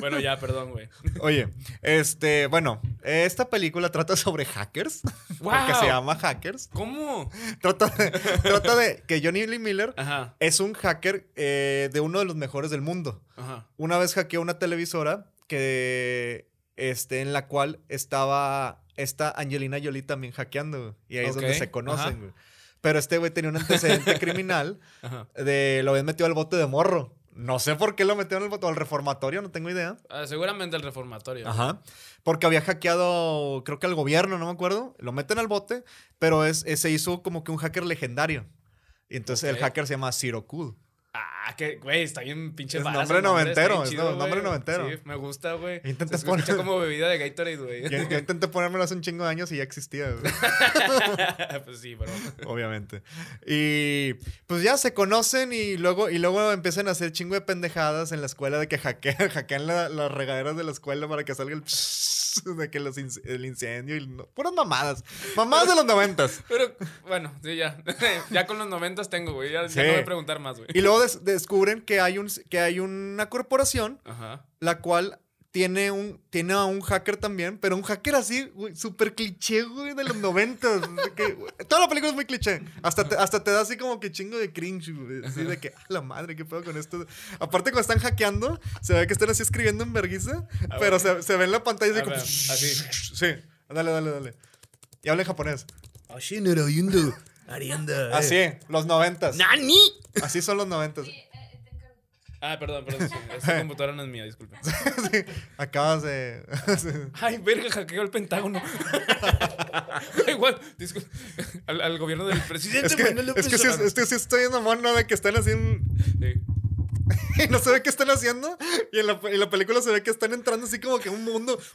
Speaker 3: Bueno, ya, perdón, güey.
Speaker 4: Oye, este, bueno, esta película trata sobre hackers. Porque
Speaker 3: Wow.
Speaker 4: se llama Hackers.
Speaker 3: ¿Cómo?
Speaker 4: Trata de, trata de que Johnny Lee Miller
Speaker 3: Ajá,
Speaker 4: es un hacker eh, de uno de los mejores del mundo.
Speaker 3: ajá.
Speaker 4: una vez hackeó una televisora que este en la cual estaba esta Angelina Jolie también hackeando güey. y ahí es donde
Speaker 3: Ok,
Speaker 4: se
Speaker 3: ajá.
Speaker 4: conocen güey. pero este güey tenía un antecedente criminal
Speaker 3: ajá.
Speaker 4: de lo habían metido al bote de morro no sé por qué lo metieron al bote al reformatorio no tengo idea
Speaker 3: Ah, seguramente el reformatorio.
Speaker 4: Ajá. Porque había hackeado, creo que al gobierno, no me acuerdo. Lo meten al bote, pero es, es- se hizo como que un hacker legendario. Y entonces
Speaker 3: Ok.
Speaker 4: el hacker se llama Zero Cool.
Speaker 3: Ah, que, güey, está bien pinche
Speaker 4: Es
Speaker 3: barato,
Speaker 4: nombre
Speaker 3: el está
Speaker 4: noventero,
Speaker 3: bien
Speaker 4: es no- nombre
Speaker 3: güey.
Speaker 4: noventero.
Speaker 3: Sí, me gusta, güey.
Speaker 4: Intenta
Speaker 3: Se escucha
Speaker 4: poner-
Speaker 3: como bebida de Gatorade, güey.
Speaker 4: Yo, yo intenté ponérmelo hace un chingo de años y ya existía. güey.
Speaker 3: pues sí, pero...
Speaker 4: Obviamente. Y pues ya se conocen y luego, y luego empiezan a hacer chingo de pendejadas en la escuela de que hackean, hackean la- las regaderas de la escuela para que salga el de que los inc- el incendio y no- puras mamadas. Mamadas de los noventas.
Speaker 3: Pero, bueno, sí, ya. ya con los noventas tengo, güey. Ya, ya
Speaker 4: Sí.
Speaker 3: no voy a preguntar más, güey.
Speaker 4: Y luego des- descubren que hay, un, que hay una corporación
Speaker 3: Ajá.
Speaker 4: la cual tiene, un, tiene a un hacker también, pero un hacker así, güey, súper cliché, güey, de los noventas. de que, güey, toda la película es muy cliché. Hasta te, hasta te da así como que chingo de cringe, güey. Así de que, a la madre, ¿qué pedo con esto? Aparte, cuando están hackeando, se ve que están así escribiendo en vergüenza, pero se, se ve en la pantalla y
Speaker 3: A
Speaker 4: como...
Speaker 3: ver, así.
Speaker 4: Sí, dale, dale, dale. Y habla en japonés.
Speaker 2: Arienda.
Speaker 4: Así, los noventas.
Speaker 2: ¡Nani!
Speaker 4: Así son los noventas.
Speaker 5: eh,
Speaker 3: Ah, perdón, perdón. sí, Esta computadora no es mía, disculpen.
Speaker 4: Sí, Acabas de...
Speaker 3: Ay, verga, hackeó el Pentágono. Igual, disculpen. Al, al gobierno del presidente
Speaker 4: Es que,
Speaker 3: Manuel López
Speaker 4: es que sí,
Speaker 3: Obrador.
Speaker 4: es que sí estoy en la mano de que están así en-
Speaker 3: Sí.
Speaker 4: y no se ve qué están haciendo. Y en la, en la película se ve que están entrando así como que a un mundo.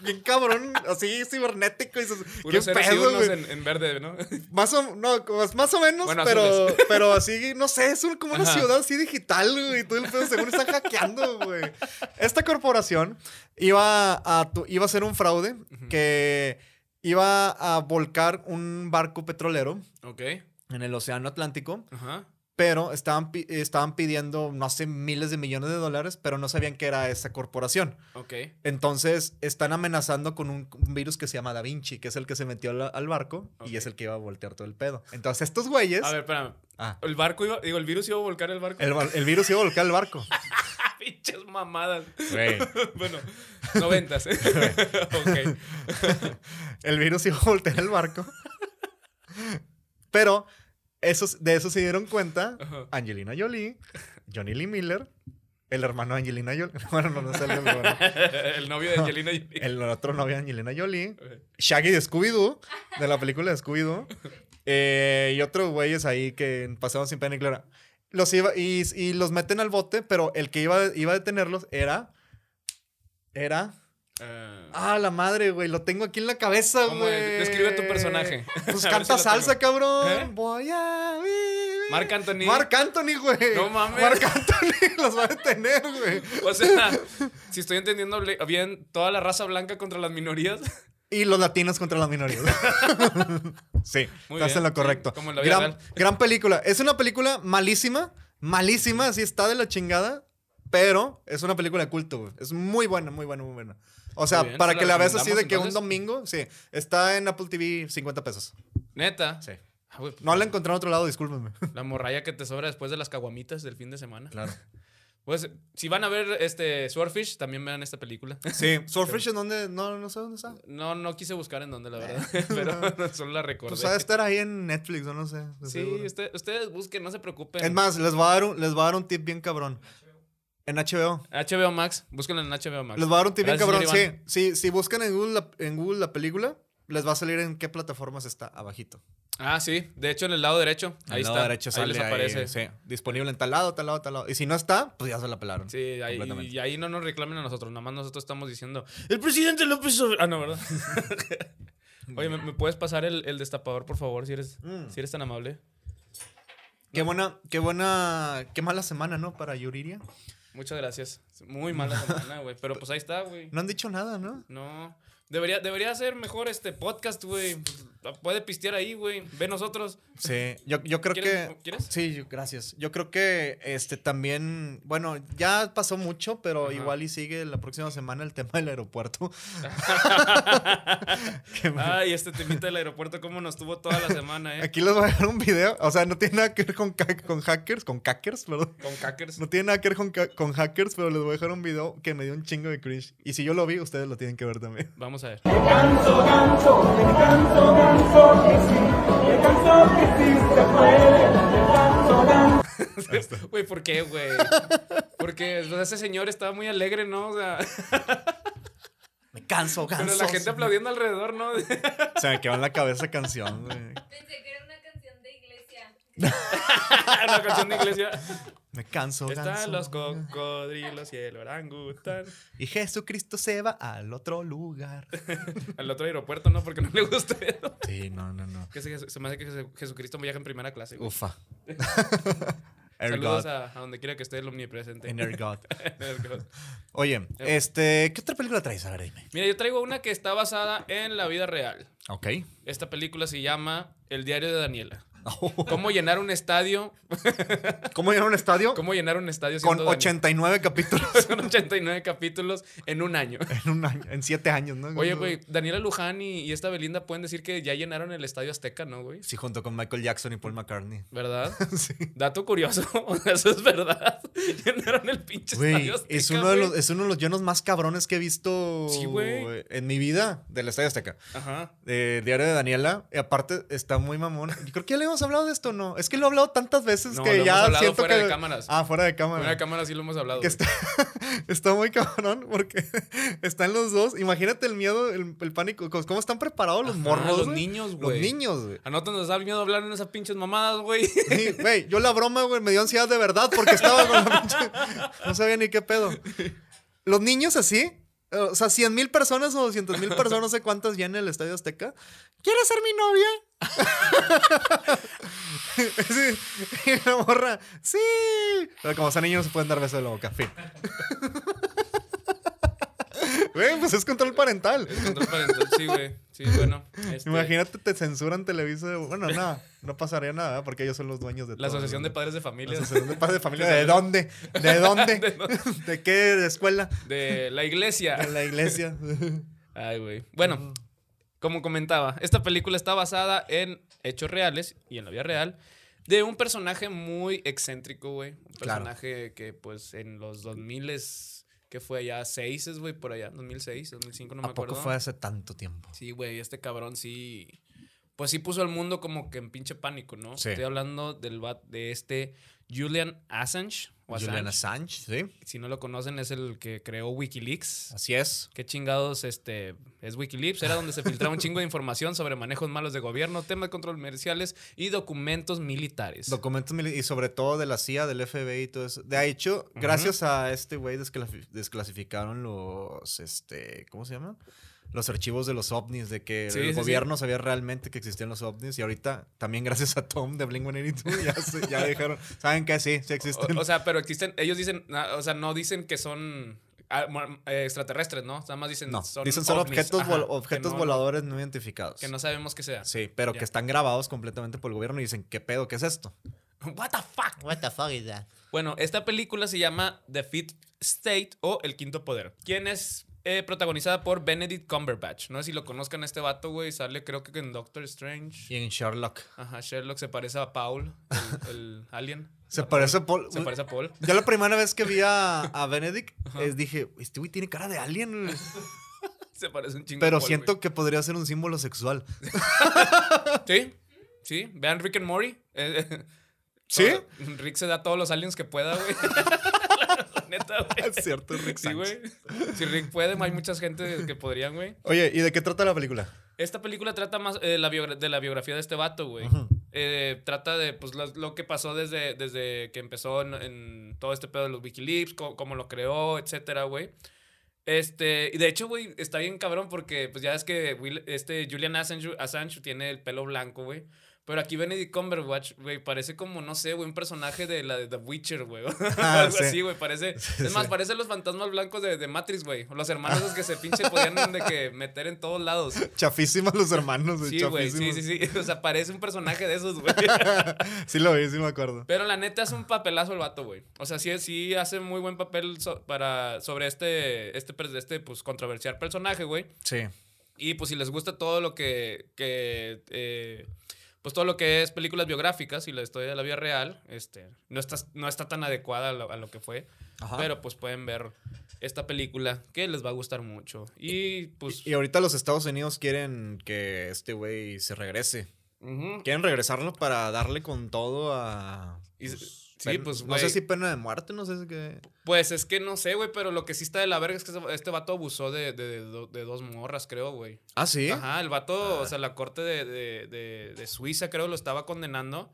Speaker 4: Bien cabrón, así cibernético. Y dices,
Speaker 3: Puro
Speaker 4: ¿Qué
Speaker 3: ceros y
Speaker 4: pedo,
Speaker 3: unos
Speaker 4: güey?
Speaker 3: en, en verde, ¿no?
Speaker 4: Más, o, no, pues, más o menos,
Speaker 3: Bueno,
Speaker 4: pero,
Speaker 3: azules.
Speaker 4: pero así, no sé, es un- como una
Speaker 3: Ajá.
Speaker 4: ciudad así digital, güey. Todo el pedo según están hackeando, güey. Esta corporación iba a, tu- iba a hacer un fraude que iba a volcar un barco petrolero
Speaker 3: Ok.
Speaker 4: en el Océano Atlántico
Speaker 3: Ajá.
Speaker 4: pero estaban, pi- estaban pidiendo, no sé, miles de millones de dólares, pero no sabían que era esa corporación.
Speaker 3: Ok.
Speaker 4: Entonces, están amenazando con un un virus que se llama Da Vinci, que es el que se metió al, al barco
Speaker 3: Ok.
Speaker 4: y es el que iba a voltear todo el pedo. Entonces, estos güeyes...
Speaker 3: A ver, espérame.
Speaker 4: Ah,
Speaker 3: El barco iba, digo, el virus iba a volcar el barco.
Speaker 4: el, bar- el virus iba a volcar el barco.
Speaker 3: ¡Ah, pinches mamadas. bueno, noventas. ok.
Speaker 4: El virus iba a voltear el barco. Pero esos, de eso se dieron cuenta
Speaker 3: Ajá.
Speaker 4: Angelina Jolie, Johnny Lee Miller, el hermano de Angelina Jolie. Bueno, no, no sé el hermano.
Speaker 3: el novio de Angelina Jolie.
Speaker 4: El otro novio de Angelina Jolie.
Speaker 3: Ok.
Speaker 4: Shaggy de Scooby-Doo, de la película de Scooby-Doo. Eh, y otros güeyes ahí que pasaban sin pena ni gloria. Los iba, y, y los meten al bote, pero el que iba, iba a detenerlos era. Era.
Speaker 3: Ah,
Speaker 4: Ah, la madre, güey. Lo tengo aquí en la cabeza,
Speaker 3: ¿Cómo es?
Speaker 4: güey.
Speaker 3: Describe a tu personaje. A ver
Speaker 4: Pues
Speaker 3: si
Speaker 4: canta
Speaker 3: lo
Speaker 4: salsa,
Speaker 3: tengo.
Speaker 4: cabrón.
Speaker 3: ¿Eh?
Speaker 4: Voy a vivir.
Speaker 3: Marc Anthony.
Speaker 4: Marc Anthony, güey.
Speaker 3: No mames.
Speaker 4: Marc Anthony los va a detener, güey.
Speaker 3: O sea, si estoy entendiendo le- bien, toda la raza blanca contra las minorías.
Speaker 4: Y los latinos contra las minorías. sí,
Speaker 3: Muy
Speaker 4: estás
Speaker 3: bien,
Speaker 4: en
Speaker 3: sí,
Speaker 4: lo correcto.
Speaker 3: como en la vida
Speaker 4: gran,
Speaker 3: real.
Speaker 4: gran película. Es una película malísima, malísima, así está de la chingada, pero es una película de culto, güey. Es muy buena, muy buena, muy buena. O sea,
Speaker 3: Muy bien,
Speaker 4: para
Speaker 3: ¿la
Speaker 4: que la veas así de
Speaker 3: recomendamos,
Speaker 4: que un
Speaker 3: entonces?
Speaker 4: domingo, sí, está en Apple TV 50 pesos.
Speaker 3: Neta.
Speaker 4: Sí.
Speaker 3: Ah, güey,
Speaker 4: No la encontré en otro lado, discúlpenme.
Speaker 3: La morralla que te sobra después de las caguamitas del fin de semana.
Speaker 4: Claro.
Speaker 3: Pues, si van a ver este Swordfish, también vean esta película.
Speaker 4: Sí, Swordfish en donde no, no sé dónde está.
Speaker 3: No, no quise buscar en dónde, la verdad. Pero solo la recordé.
Speaker 4: Pues ha de estar ahí en Netflix, o no sé. de
Speaker 3: Sí,
Speaker 4: seguro.
Speaker 3: usted- ustedes busquen, no se preocupen.
Speaker 4: Es más, les voy a dar un, les voy a dar un tip bien cabrón. En HBO.
Speaker 3: HBO Max, búsquenlo en HBO Max.
Speaker 4: Les voy a dar un tip bien
Speaker 3: Ah, Gracias,
Speaker 4: cabrón.
Speaker 3: señor
Speaker 4: Sí, sí, si buscan en Google, la, en Google la película, les va a salir en qué plataformas está abajito.
Speaker 3: Ah, sí. De hecho, en el lado derecho.
Speaker 4: Al
Speaker 3: ahí
Speaker 4: lado
Speaker 3: está.
Speaker 4: derecho
Speaker 3: ahí
Speaker 4: sale
Speaker 3: les aparece.
Speaker 4: ahí, sí, disponible en tal lado, tal lado, tal lado. Y si no está, pues ya se la pelaron.
Speaker 3: Sí, ahí,
Speaker 4: completamente.
Speaker 3: y ahí no nos reclamen a nosotros, nada más nosotros estamos diciendo, el presidente López Obrador... Ah, no, ¿verdad? Oye, ¿me, me puedes pasar el, el destapador, por favor, si eres,
Speaker 4: Mm.
Speaker 3: si eres tan amable?
Speaker 4: Qué buena, qué buena, qué mala semana, ¿no? Para Yuriria.
Speaker 3: Muchas gracias. Muy mala semana, güey. Pero pues ahí está, güey.
Speaker 4: No han dicho nada, ¿no?
Speaker 3: No. Debería, debería ser mejor este podcast, güey. Puede pistear ahí, güey. Ve nosotros.
Speaker 4: Sí, yo, yo creo
Speaker 3: ¿Quieres-
Speaker 4: que.
Speaker 3: quieres?
Speaker 4: Sí, yo- gracias. Yo creo que este también. Bueno, ya pasó mucho, pero
Speaker 3: Ajá.
Speaker 4: igual y sigue la próxima semana el tema del aeropuerto. Que me-
Speaker 3: Ay, este temita del aeropuerto, cómo nos tuvo toda la semana, ¿eh?
Speaker 4: Aquí les voy a dejar un video. O sea, no tiene nada que ver con, ca- con hackers, con hackers, perdón.
Speaker 3: Con Cackers.
Speaker 4: No tiene nada que ver con, ca- con hackers, pero les voy a dejar un video que me dio un chingo de cringe. Y si yo lo vi, ustedes lo tienen que ver también.
Speaker 3: Vamos a ver.
Speaker 7: Canso, canso, me canso, canso que sí, me canso que sí se puede, me canso, canso.
Speaker 3: Güey, ¿por qué, güey? Porque o sea, ese señor estaba muy alegre, ¿no? O sea,
Speaker 4: Me canso, canso.
Speaker 3: pero la gente aplaudiendo alrededor, ¿no?
Speaker 4: Se me quedó en la cabeza canción, güey.
Speaker 5: Pensé que era una canción de iglesia.
Speaker 3: Una canción de iglesia.
Speaker 4: Me canso, canso.
Speaker 3: Están los cocodrilos y el orangután.
Speaker 4: Y Jesucristo se va al otro lugar.
Speaker 3: Al otro aeropuerto, ¿no? Porque no le gusta.
Speaker 4: Sí, no, no, no.
Speaker 3: Que se, se me hace que Jesu- Jesucristo viaja en primera clase. güey.
Speaker 4: Ufa. Air
Speaker 3: Saludos
Speaker 4: God.
Speaker 3: a, a donde quiera que esté el omnipresente.
Speaker 4: En Air God.
Speaker 3: Air God.
Speaker 4: Oye, este, ¿qué otra película traes? A ver, dime.
Speaker 3: Mira, yo traigo una que está basada en la vida real.
Speaker 4: Ok.
Speaker 3: Esta película se llama El diario de Daniela. ¿Cómo llenar un estadio?
Speaker 4: ¿Cómo ir a un estadio?
Speaker 3: ¿Cómo llenar un estadio
Speaker 4: Con
Speaker 3: siendo Daniela?
Speaker 4: 89 capítulos
Speaker 3: Son 89 capítulos en un año.
Speaker 4: en un año, en 7 años, ¿no?
Speaker 3: Oye, güey, Daniela Luján y, y esta Belinda pueden decir que ya llenaron el estadio Azteca, ¿no, güey?
Speaker 4: Sí, junto con Michael Jackson y Paul McCartney.
Speaker 3: ¿Verdad?
Speaker 4: Sí.
Speaker 3: Dato curioso, eso es verdad. Llenaron el pinche
Speaker 4: Güey,
Speaker 3: estadio Azteca.
Speaker 4: es, uno de
Speaker 3: güey.
Speaker 4: los- es uno de los llenos más cabrones que he visto
Speaker 3: Sí, güey.
Speaker 4: en mi vida del Estadio Azteca.
Speaker 3: Ajá.
Speaker 4: Eh, Diario de Daniela. Y aparte, está muy mamón. Yo creo que ya le hemos hablado de esto, ¿no? Es que lo he hablado tantas veces
Speaker 3: No,
Speaker 4: que
Speaker 3: lo
Speaker 4: ya
Speaker 3: hemos hablado
Speaker 4: siento
Speaker 3: fuera
Speaker 4: que...
Speaker 3: de cámaras.
Speaker 4: Ah, fuera de cámara.
Speaker 3: Fuera de cámara sí lo hemos hablado.
Speaker 4: que
Speaker 3: güey. Ah,
Speaker 4: está, está muy cabrón porque están los dos. Imagínate el miedo, el, el pánico. co- ¿Cómo están preparados los
Speaker 3: Ajá,
Speaker 4: morros?
Speaker 3: los
Speaker 4: güey?
Speaker 3: niños,
Speaker 4: Los
Speaker 3: güey.
Speaker 4: niños, güey.
Speaker 3: A nosotros nos da miedo hablar en esas pinches mamadas, güey.
Speaker 4: Sí, güey, yo la broma, güey, me dio ansiedad de verdad porque estaba con la pinche... No sabía ni qué pedo. Los niños así, eh, o sea, 100 mil personas o 200 mil personas, no sé cuántas ya en el Estadio Azteca. ¿Quieres ser mi novia? Sí, Y la morra, sí. Pero como son niños no se pueden dar besos de la boca, fin. Güey, pues es control parental.
Speaker 3: Es control parental, sí, güey. Sí, bueno. este,
Speaker 4: Imagínate, te censuran Televisa. Bueno, nada, no pasaría nada ¿eh? porque ellos son los dueños de todo.
Speaker 3: La Asociación de
Speaker 4: ¿no?
Speaker 3: Padres de
Speaker 4: La
Speaker 3: Familia.
Speaker 4: asociación de padres de familia. ¿De dónde? ¿De dónde? ¿De qué escuela?
Speaker 3: De la iglesia.
Speaker 4: De la iglesia.
Speaker 3: Ay, güey. Bueno, como comentaba, esta película está basada en hechos reales y en la vida real de un personaje muy excéntrico, güey. Un
Speaker 4: Claro.
Speaker 3: personaje que, pues, en los 2000 que fue allá, 6 güey, por allá, 2006, 2005, no me
Speaker 4: ¿A
Speaker 3: acuerdo.
Speaker 4: poco fue hace tanto tiempo?
Speaker 3: Sí, güey, este cabrón sí. Pues sí puso al mundo como que en pinche pánico, ¿no?
Speaker 4: Sí.
Speaker 3: Estoy hablando del bat de este Julian Assange. o Assange.
Speaker 4: Julian Assange, sí.
Speaker 3: Si no lo conocen, es el que creó Wikileaks.
Speaker 4: Así es.
Speaker 3: Qué chingados, este, es Wikileaks, era donde se filtraba un chingo de información sobre manejos malos de gobierno, temas controversiales y documentos militares.
Speaker 4: Documentos mili- y sobre todo de la CIA, del FBI y todo eso. De hecho, gracias a este güey desclasi- desclasificaron los, este, ¿cómo se llama? los archivos de los ovnis, de que
Speaker 3: Sí, sí,
Speaker 4: el
Speaker 3: sí.
Speaker 4: gobierno sabía realmente que existían los ovnis. Y ahorita, también gracias a Tom de Blink-182, ya, se- ya dijeron, ¿saben qué? Sí, sí existen.
Speaker 3: O, o sea, pero existen, ellos dicen, na- o sea, no dicen que son ah, mu- eh, extraterrestres, ¿no? Nada más dicen
Speaker 4: no,
Speaker 3: son
Speaker 4: dicen son
Speaker 3: ovnis,
Speaker 4: objetos,
Speaker 3: ajá,
Speaker 4: vol-
Speaker 3: que
Speaker 4: objetos
Speaker 3: no-
Speaker 4: voladores no identificados.
Speaker 3: Que no sabemos qué sea.
Speaker 4: Sí, pero
Speaker 3: Ya.
Speaker 4: que están grabados completamente por el gobierno y dicen, ¿qué pedo? ¿Qué es esto?
Speaker 2: What the fuck? What the fuck is that?
Speaker 3: Bueno, esta película se llama The Fifth State o El Quinto Poder. Quien es eh, protagonizada por Benedict Cumberbatch. No sé si lo conozcan a este vato, güey. Sale creo que en Doctor Strange.
Speaker 4: Y en Sherlock.
Speaker 3: Ajá, Sherlock se parece a Paul, el, el alien.
Speaker 4: Se parece a Paul.
Speaker 3: Se parece a Paul.
Speaker 4: Yo la primera vez que vi a, a Benedict, es, dije, este güey tiene cara de alien. güey".
Speaker 3: Se parece un chingo. a
Speaker 4: Pero
Speaker 3: Paul,
Speaker 4: siento que podría ser un símbolo sexual.
Speaker 3: güey. Sí, sí. Vean Rick and Morty. Eh,
Speaker 4: ¿Sí?
Speaker 3: todo- Rick se da todos los aliens que pueda, güey. La Neta, güey.
Speaker 4: Es cierto, Rick
Speaker 3: Sí,
Speaker 4: Sánchez.
Speaker 3: güey. Si Rick puede, hay mucha gente que podrían, güey.
Speaker 4: Oye, ¿y de qué trata la película?
Speaker 3: Esta película trata más eh, la biogra- de la biografía de este vato, güey. Eh, trata de pues, lo, lo que pasó desde, desde que empezó en, en todo este pedo de los Wikileaks, co- cómo lo creó, etcétera, güey. Este, y de hecho, güey, está bien cabrón porque pues ya es que Will- este Julian Assange, Assange tiene el pelo blanco, güey. Pero aquí Benedict Cumberbatch, güey, parece como, no sé, güey, un personaje de la de The Witcher, güey.
Speaker 4: Ah,
Speaker 3: Algo
Speaker 4: sí.
Speaker 3: así, güey, parece. es más, parece los fantasmas blancos de, de Matrix, güey. Los hermanos esos que se pinche podían de que meter en todos lados.
Speaker 4: Chafísimas los hermanos, güey.
Speaker 3: Sí, güey, sí,
Speaker 4: chafísimas.
Speaker 3: sí, sí. O sea, parece un personaje de esos, güey.
Speaker 4: Sí lo vi, sí me acuerdo.
Speaker 3: Pero la neta hace un papelazo el vato, güey. O sea, sí, sí hace muy buen papel so- para, sobre este, este, per- este, pues, controversial personaje, güey.
Speaker 4: Sí.
Speaker 3: Y pues si les gusta todo lo que, que, eh, pues todo lo que es películas biográficas y la historia de la vida real, este, no está, no está tan adecuada a lo, a lo que fue.
Speaker 4: Ajá.
Speaker 3: Pero pues pueden ver esta película que les va a gustar mucho. Y pues...
Speaker 4: Y ahorita los Estados Unidos quieren que este güey se regrese.
Speaker 3: ujú.
Speaker 4: Quieren regresarlo para darle con todo a.
Speaker 3: Y- sí,
Speaker 4: pen-
Speaker 3: pues,
Speaker 4: No sé
Speaker 3: güey.
Speaker 4: si pena de muerte, no sé si qué.
Speaker 3: Pues es que no sé, güey, pero lo que sí está de la verga es que este- este vato abusó de, de- de do- de dos morras, creo, güey.
Speaker 4: Ah, sí.
Speaker 3: Ajá, el vato, o sea, la corte de, de- de- de Suiza, creo, lo estaba condenando.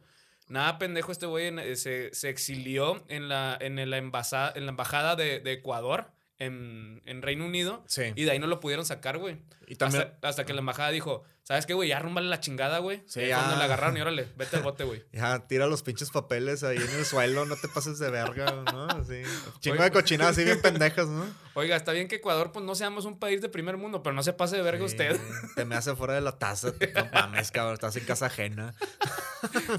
Speaker 3: Nada, pendejo, este güey en- eh, se, se exilió en la, en la, embasa- en la embajada de, de Ecuador, en, en Reino Unido.
Speaker 4: Sí.
Speaker 3: Y de ahí no lo pudieron sacar, güey.
Speaker 4: Y también.
Speaker 3: Hasta, hasta que la embajada dijo, ¿sabes qué, güey? Ya arrúmbale la chingada, güey.
Speaker 4: Sí,
Speaker 3: Sí, Cuando
Speaker 4: ya.
Speaker 3: la agarraron y órale, vete al bote, güey.
Speaker 4: Ya, tira los pinches papeles ahí en el suelo, no te pases de verga, ¿no? Sí. Chingo
Speaker 3: pues,
Speaker 4: de cochinadas así bien pendejas, ¿no?
Speaker 3: Oiga, está bien que Ecuador, pues no seamos un país de primer mundo, pero no se pase de verga
Speaker 4: Sí,
Speaker 3: usted.
Speaker 4: Te me hace fuera de la taza, te- no mames, cabrón, estás en casa ajena.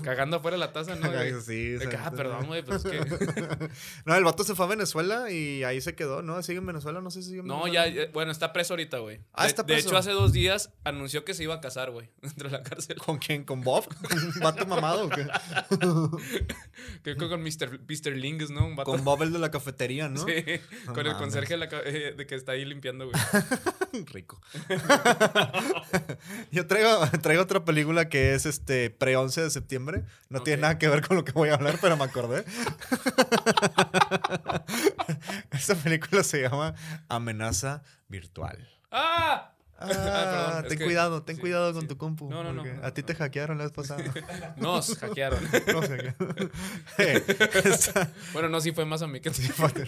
Speaker 3: Cagando afuera de la taza, ¿no? güey?
Speaker 4: Sí,
Speaker 3: De que,
Speaker 4: exacto.
Speaker 3: ah, perdón, güey, pues es que...
Speaker 4: No, el vato se fue a Venezuela y ahí se quedó, ¿no? Sigue en Venezuela, no sé si sigue en
Speaker 3: No, ya,
Speaker 4: Venezuela.
Speaker 3: ya- bueno, está preso ahorita, güey.
Speaker 4: Ah,
Speaker 3: de,
Speaker 4: está
Speaker 3: de
Speaker 4: preso.
Speaker 3: hecho, hace dos días anunció que se iba a casar, güey, dentro de la cárcel.
Speaker 4: ¿Con quién? ¿Con Bob? ¿Con un vato mamado o qué?
Speaker 3: Creo que con Mr. Mr. Lingus, ¿no? Un vato.
Speaker 4: Con Bob el de la cafetería, ¿no?
Speaker 3: Sí,
Speaker 4: No
Speaker 3: con el
Speaker 4: mames.
Speaker 3: conserje de, la ca- eh, de que está ahí limpiando, güey.
Speaker 4: Rico. Yo traigo, traigo otra película que es este pre-11 de septiembre. No
Speaker 3: Ok.
Speaker 4: tiene nada que ver con lo que voy a hablar, pero me acordé. Esta película se llama Amenaza Virtual.
Speaker 3: ¡Ah!
Speaker 4: Ah,
Speaker 3: perdón, es
Speaker 4: ten
Speaker 3: que-
Speaker 4: cuidado, ten
Speaker 3: sí,
Speaker 4: cuidado con
Speaker 3: sí.
Speaker 4: tu compu.
Speaker 3: No, no, no,
Speaker 4: porque
Speaker 3: no,
Speaker 4: A ti te hackearon la vez pasada.
Speaker 3: Nos hackearon.
Speaker 4: No sé qué. Eh, esta-
Speaker 3: bueno, no, sí fue más a mí que
Speaker 4: Sí, fuerte.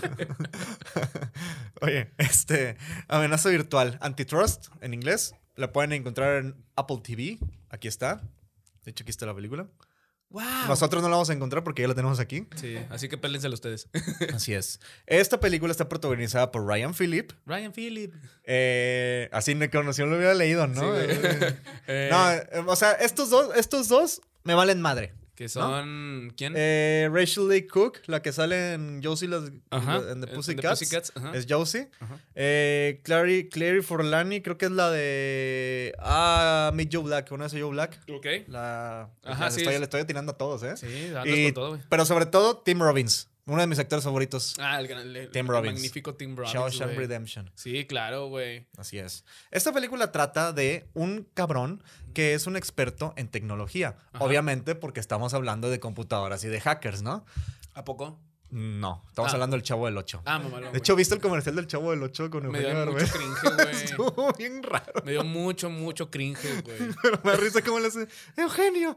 Speaker 4: Oye, este, amenaza virtual, antitrust en inglés, la pueden encontrar en Apple TV, aquí está. De hecho, aquí está la película. Nosotros no la vamos a encontrar porque ya la tenemos aquí.
Speaker 3: Sí, así que pélénsela ustedes.
Speaker 4: Así es. Esta película está protagonizada por Ryan Phillip.
Speaker 3: Ryan Phillip.
Speaker 4: Eh, así me conoció, lo hubiera leído, ¿no?
Speaker 3: Sí, güey.
Speaker 4: Eh,
Speaker 3: Eh,
Speaker 4: no, eh, o sea, estos dos, estos dos me valen madre.
Speaker 3: que son... ¿Quién?
Speaker 4: Eh, Rachel Lee Cook, la que sale en Josie las, en The
Speaker 3: en
Speaker 4: Pussycats.
Speaker 3: Pussycats, ajá.
Speaker 4: Es Josie.
Speaker 3: Ajá.
Speaker 4: Eh, Clary, Clary Forlani, creo que es la de. Ah, Meet Joe Black. ¿Conoce Joe Black?
Speaker 3: Ok.
Speaker 4: La.
Speaker 3: Ajá,
Speaker 4: la
Speaker 3: sí,
Speaker 4: Estoy,
Speaker 3: es-
Speaker 4: le estoy atinando a todos, ¿eh?
Speaker 3: Sí, andas
Speaker 4: Y-
Speaker 3: con todo, güey.
Speaker 4: Pero sobre todo, Tim Robbins. Uno de mis actores favoritos.
Speaker 3: Ah, el gran... el-
Speaker 4: Tim
Speaker 3: el
Speaker 4: Robbins.
Speaker 3: Magnífico Tim Robbins,
Speaker 4: Shawshank
Speaker 3: güey.
Speaker 4: Redemption.
Speaker 3: Sí, claro, güey.
Speaker 4: Así es. Esta película trata de un cabrón que es un experto en tecnología.
Speaker 3: Ajá.
Speaker 4: Obviamente, porque estamos hablando de computadoras y de hackers, ¿no?
Speaker 3: ¿A poco?
Speaker 4: No, estamos
Speaker 3: Ah.
Speaker 4: hablando del Chavo del 8.
Speaker 3: Ah, mamá.
Speaker 4: de hecho, ¿viste el comercial del Chavo del 8 con
Speaker 3: me
Speaker 4: Eugenio
Speaker 3: dio mucho
Speaker 4: Derbez?
Speaker 3: cringe, güey.
Speaker 4: Estuvo bien raro.
Speaker 3: Me dio mucho, mucho cringe, güey.
Speaker 4: Pero me da risa cómo le hace, Eugenio.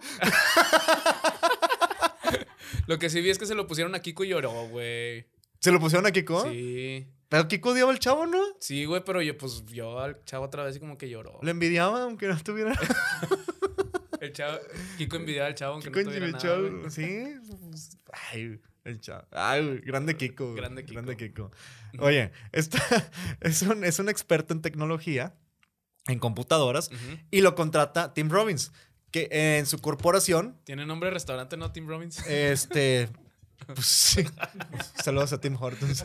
Speaker 3: Lo que sí vi es que se lo pusieron a Kiko y lloró, güey.
Speaker 4: ¿Se lo pusieron a Kiko?
Speaker 3: Sí.
Speaker 4: Pero Kiko odiaba al chavo, ¿no?
Speaker 3: Sí, güey, pero yo, pues, yo al chavo otra vez y como que lloró.
Speaker 4: Le envidiaba aunque no tuviera.
Speaker 3: El chavo, Kiko envidiaba al chavo aunque
Speaker 4: Kiko
Speaker 3: no tuviera
Speaker 4: el
Speaker 3: nada,
Speaker 4: chavo.
Speaker 3: güey.
Speaker 4: Sí. pues, Ay, el chavo. Ay, güey, grande Kiko. güey,
Speaker 3: Grande Kiko.
Speaker 4: Grande Kiko. Oye, esta es un, es un experto en tecnología, en computadoras,
Speaker 3: Ujú.
Speaker 4: y lo contrata Tim Robbins, que en su corporación
Speaker 3: Tiene nombre de restaurante, ¿no, Tim Robbins?
Speaker 4: Este. Pues sí. Saludos a Tim Hortons.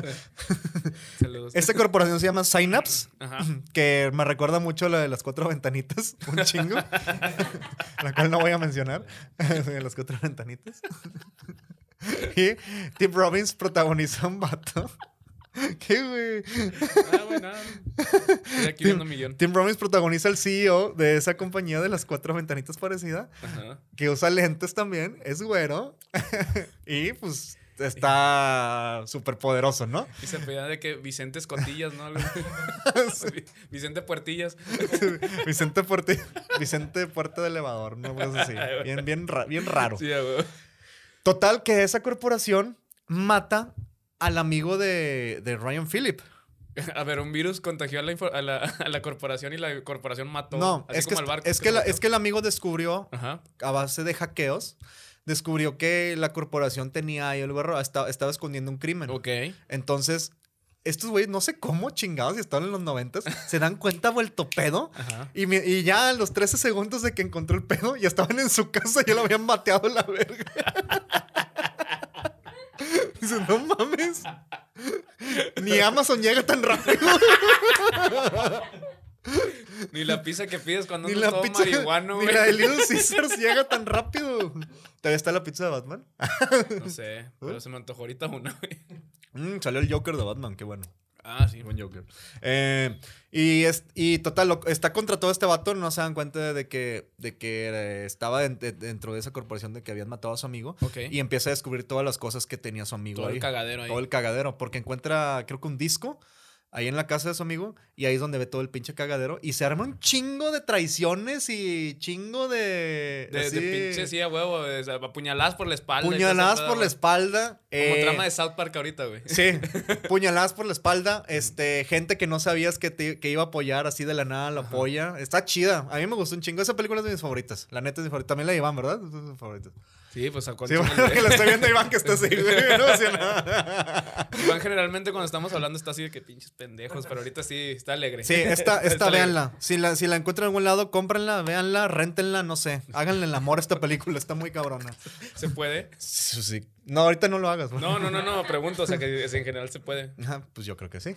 Speaker 3: Saludos.
Speaker 4: Esta corporación se llama Synapse,
Speaker 3: Ajá.
Speaker 4: que me recuerda mucho la de las cuatro ventanitas, un chingo, la cual no voy a mencionar, de las cuatro ventanitas. Y Tim Robbins protagoniza un vato. ¿Qué, güey?
Speaker 3: Ah, güey, nada. Estoy aquí viendo un millón.
Speaker 4: Tim Robbins protagoniza al CEO de esa compañía de las cuatro ventanitas parecida,
Speaker 3: Ajá.
Speaker 4: que usa lentes también, es güero, y pues está súper poderoso, ¿no?
Speaker 3: Y se pedía de que Vicente Escotillas, ¿no? Algo- Vicente Puertillas.
Speaker 4: Vicente Puerta, Vicente Puerta de Elevador, no pues así. Bien, bien, ra- bien raro.
Speaker 3: Sí, ya, güey.
Speaker 4: Total, que esa corporación mata al amigo de, de Ryan Phillip.
Speaker 3: A ver, un virus contagió a la, info- a la, a la corporación y la corporación mató.
Speaker 4: No,
Speaker 3: así
Speaker 4: es que,
Speaker 3: como al barco.
Speaker 4: es, que la-
Speaker 3: mató.
Speaker 4: es que el amigo descubrió,
Speaker 3: Ajá.
Speaker 4: a base de hackeos, descubrió que la corporación tenía ahí algo raro, esta- estaba escondiendo un crimen.
Speaker 3: Ok.
Speaker 4: Entonces, estos güeyes, no sé cómo chingados, si estaban en los noventas, se dan cuenta vuelto pedo.
Speaker 3: Ajá.
Speaker 4: Y, mi- y ya a los 13 segundos de que encontró el pedo, ya estaban en su casa, ya lo habían bateado a la verga. Dice, no mames. Ni Amazon llega tan rápido.
Speaker 3: Ni la pizza que pides cuando
Speaker 4: ni
Speaker 3: andas
Speaker 4: la
Speaker 3: todo
Speaker 4: pizza.
Speaker 3: marihuano,
Speaker 4: ni
Speaker 3: güey.
Speaker 4: la de Little Caesars llega tan rápido. ¿Todavía está la pizza de Batman?
Speaker 3: No sé, pero se me antojó ahorita una, güey.
Speaker 4: Mm, salió el Joker de Batman, qué bueno.
Speaker 3: Ah, sí.
Speaker 4: Buen Joker. Eh, y, es- y total, lo- está contratado este vato, no se dan cuenta de que, de que eh, estaba en- de- dentro de esa corporación de que habían matado a su amigo.
Speaker 3: Ok.
Speaker 4: Y empieza a descubrir todas las cosas que tenía su amigo
Speaker 3: todo
Speaker 4: ahí.
Speaker 3: el cagadero ahí.
Speaker 4: todo el cagadero, porque encuentra, creo que un disco ahí en la casa de su amigo, y ahí es donde ve todo el pinche cagadero, y se arma un chingo de traiciones y chingo de...
Speaker 3: De,
Speaker 4: así,
Speaker 3: de pinche, sí, a huevo. de- de apuñaladas por la espalda. y todo ese
Speaker 4: Puñaladas
Speaker 3: pedo,
Speaker 4: por la
Speaker 3: güey.
Speaker 4: espalda.
Speaker 3: Como
Speaker 4: eh,
Speaker 3: trama de South Park ahorita, güey.
Speaker 4: Sí, puñaladas por la espalda. Este, gente que no sabías que, te- que iba a apoyar así de la nada la apoya. Está chida. A mí me gustó un chingo. Esa película es de mis favoritas. La neta es mi favorita. También la de Iván, ¿verdad? Es de sus favoritas.
Speaker 3: Sí, pues a cuál
Speaker 4: Sí, bueno, que la estoy viendo a Iván que está así, güey, bien emocionado.
Speaker 3: Iván generalmente cuando estamos hablando está así de que pinches pendejos, pero ahorita sí está alegre.
Speaker 4: Sí, esta, esta
Speaker 3: alegre.
Speaker 4: véanla. Si la, si la encuentran en algún lado, cómprenla, véanla, réntenla, no sé. Háganle el amor a esta película, está muy cabrona.
Speaker 3: ¿Se puede?
Speaker 4: No, ahorita no lo hagas. güey.
Speaker 3: No, no, no, no, pregunto, o sea que es- en general se puede.
Speaker 4: Ah, pues yo creo que sí.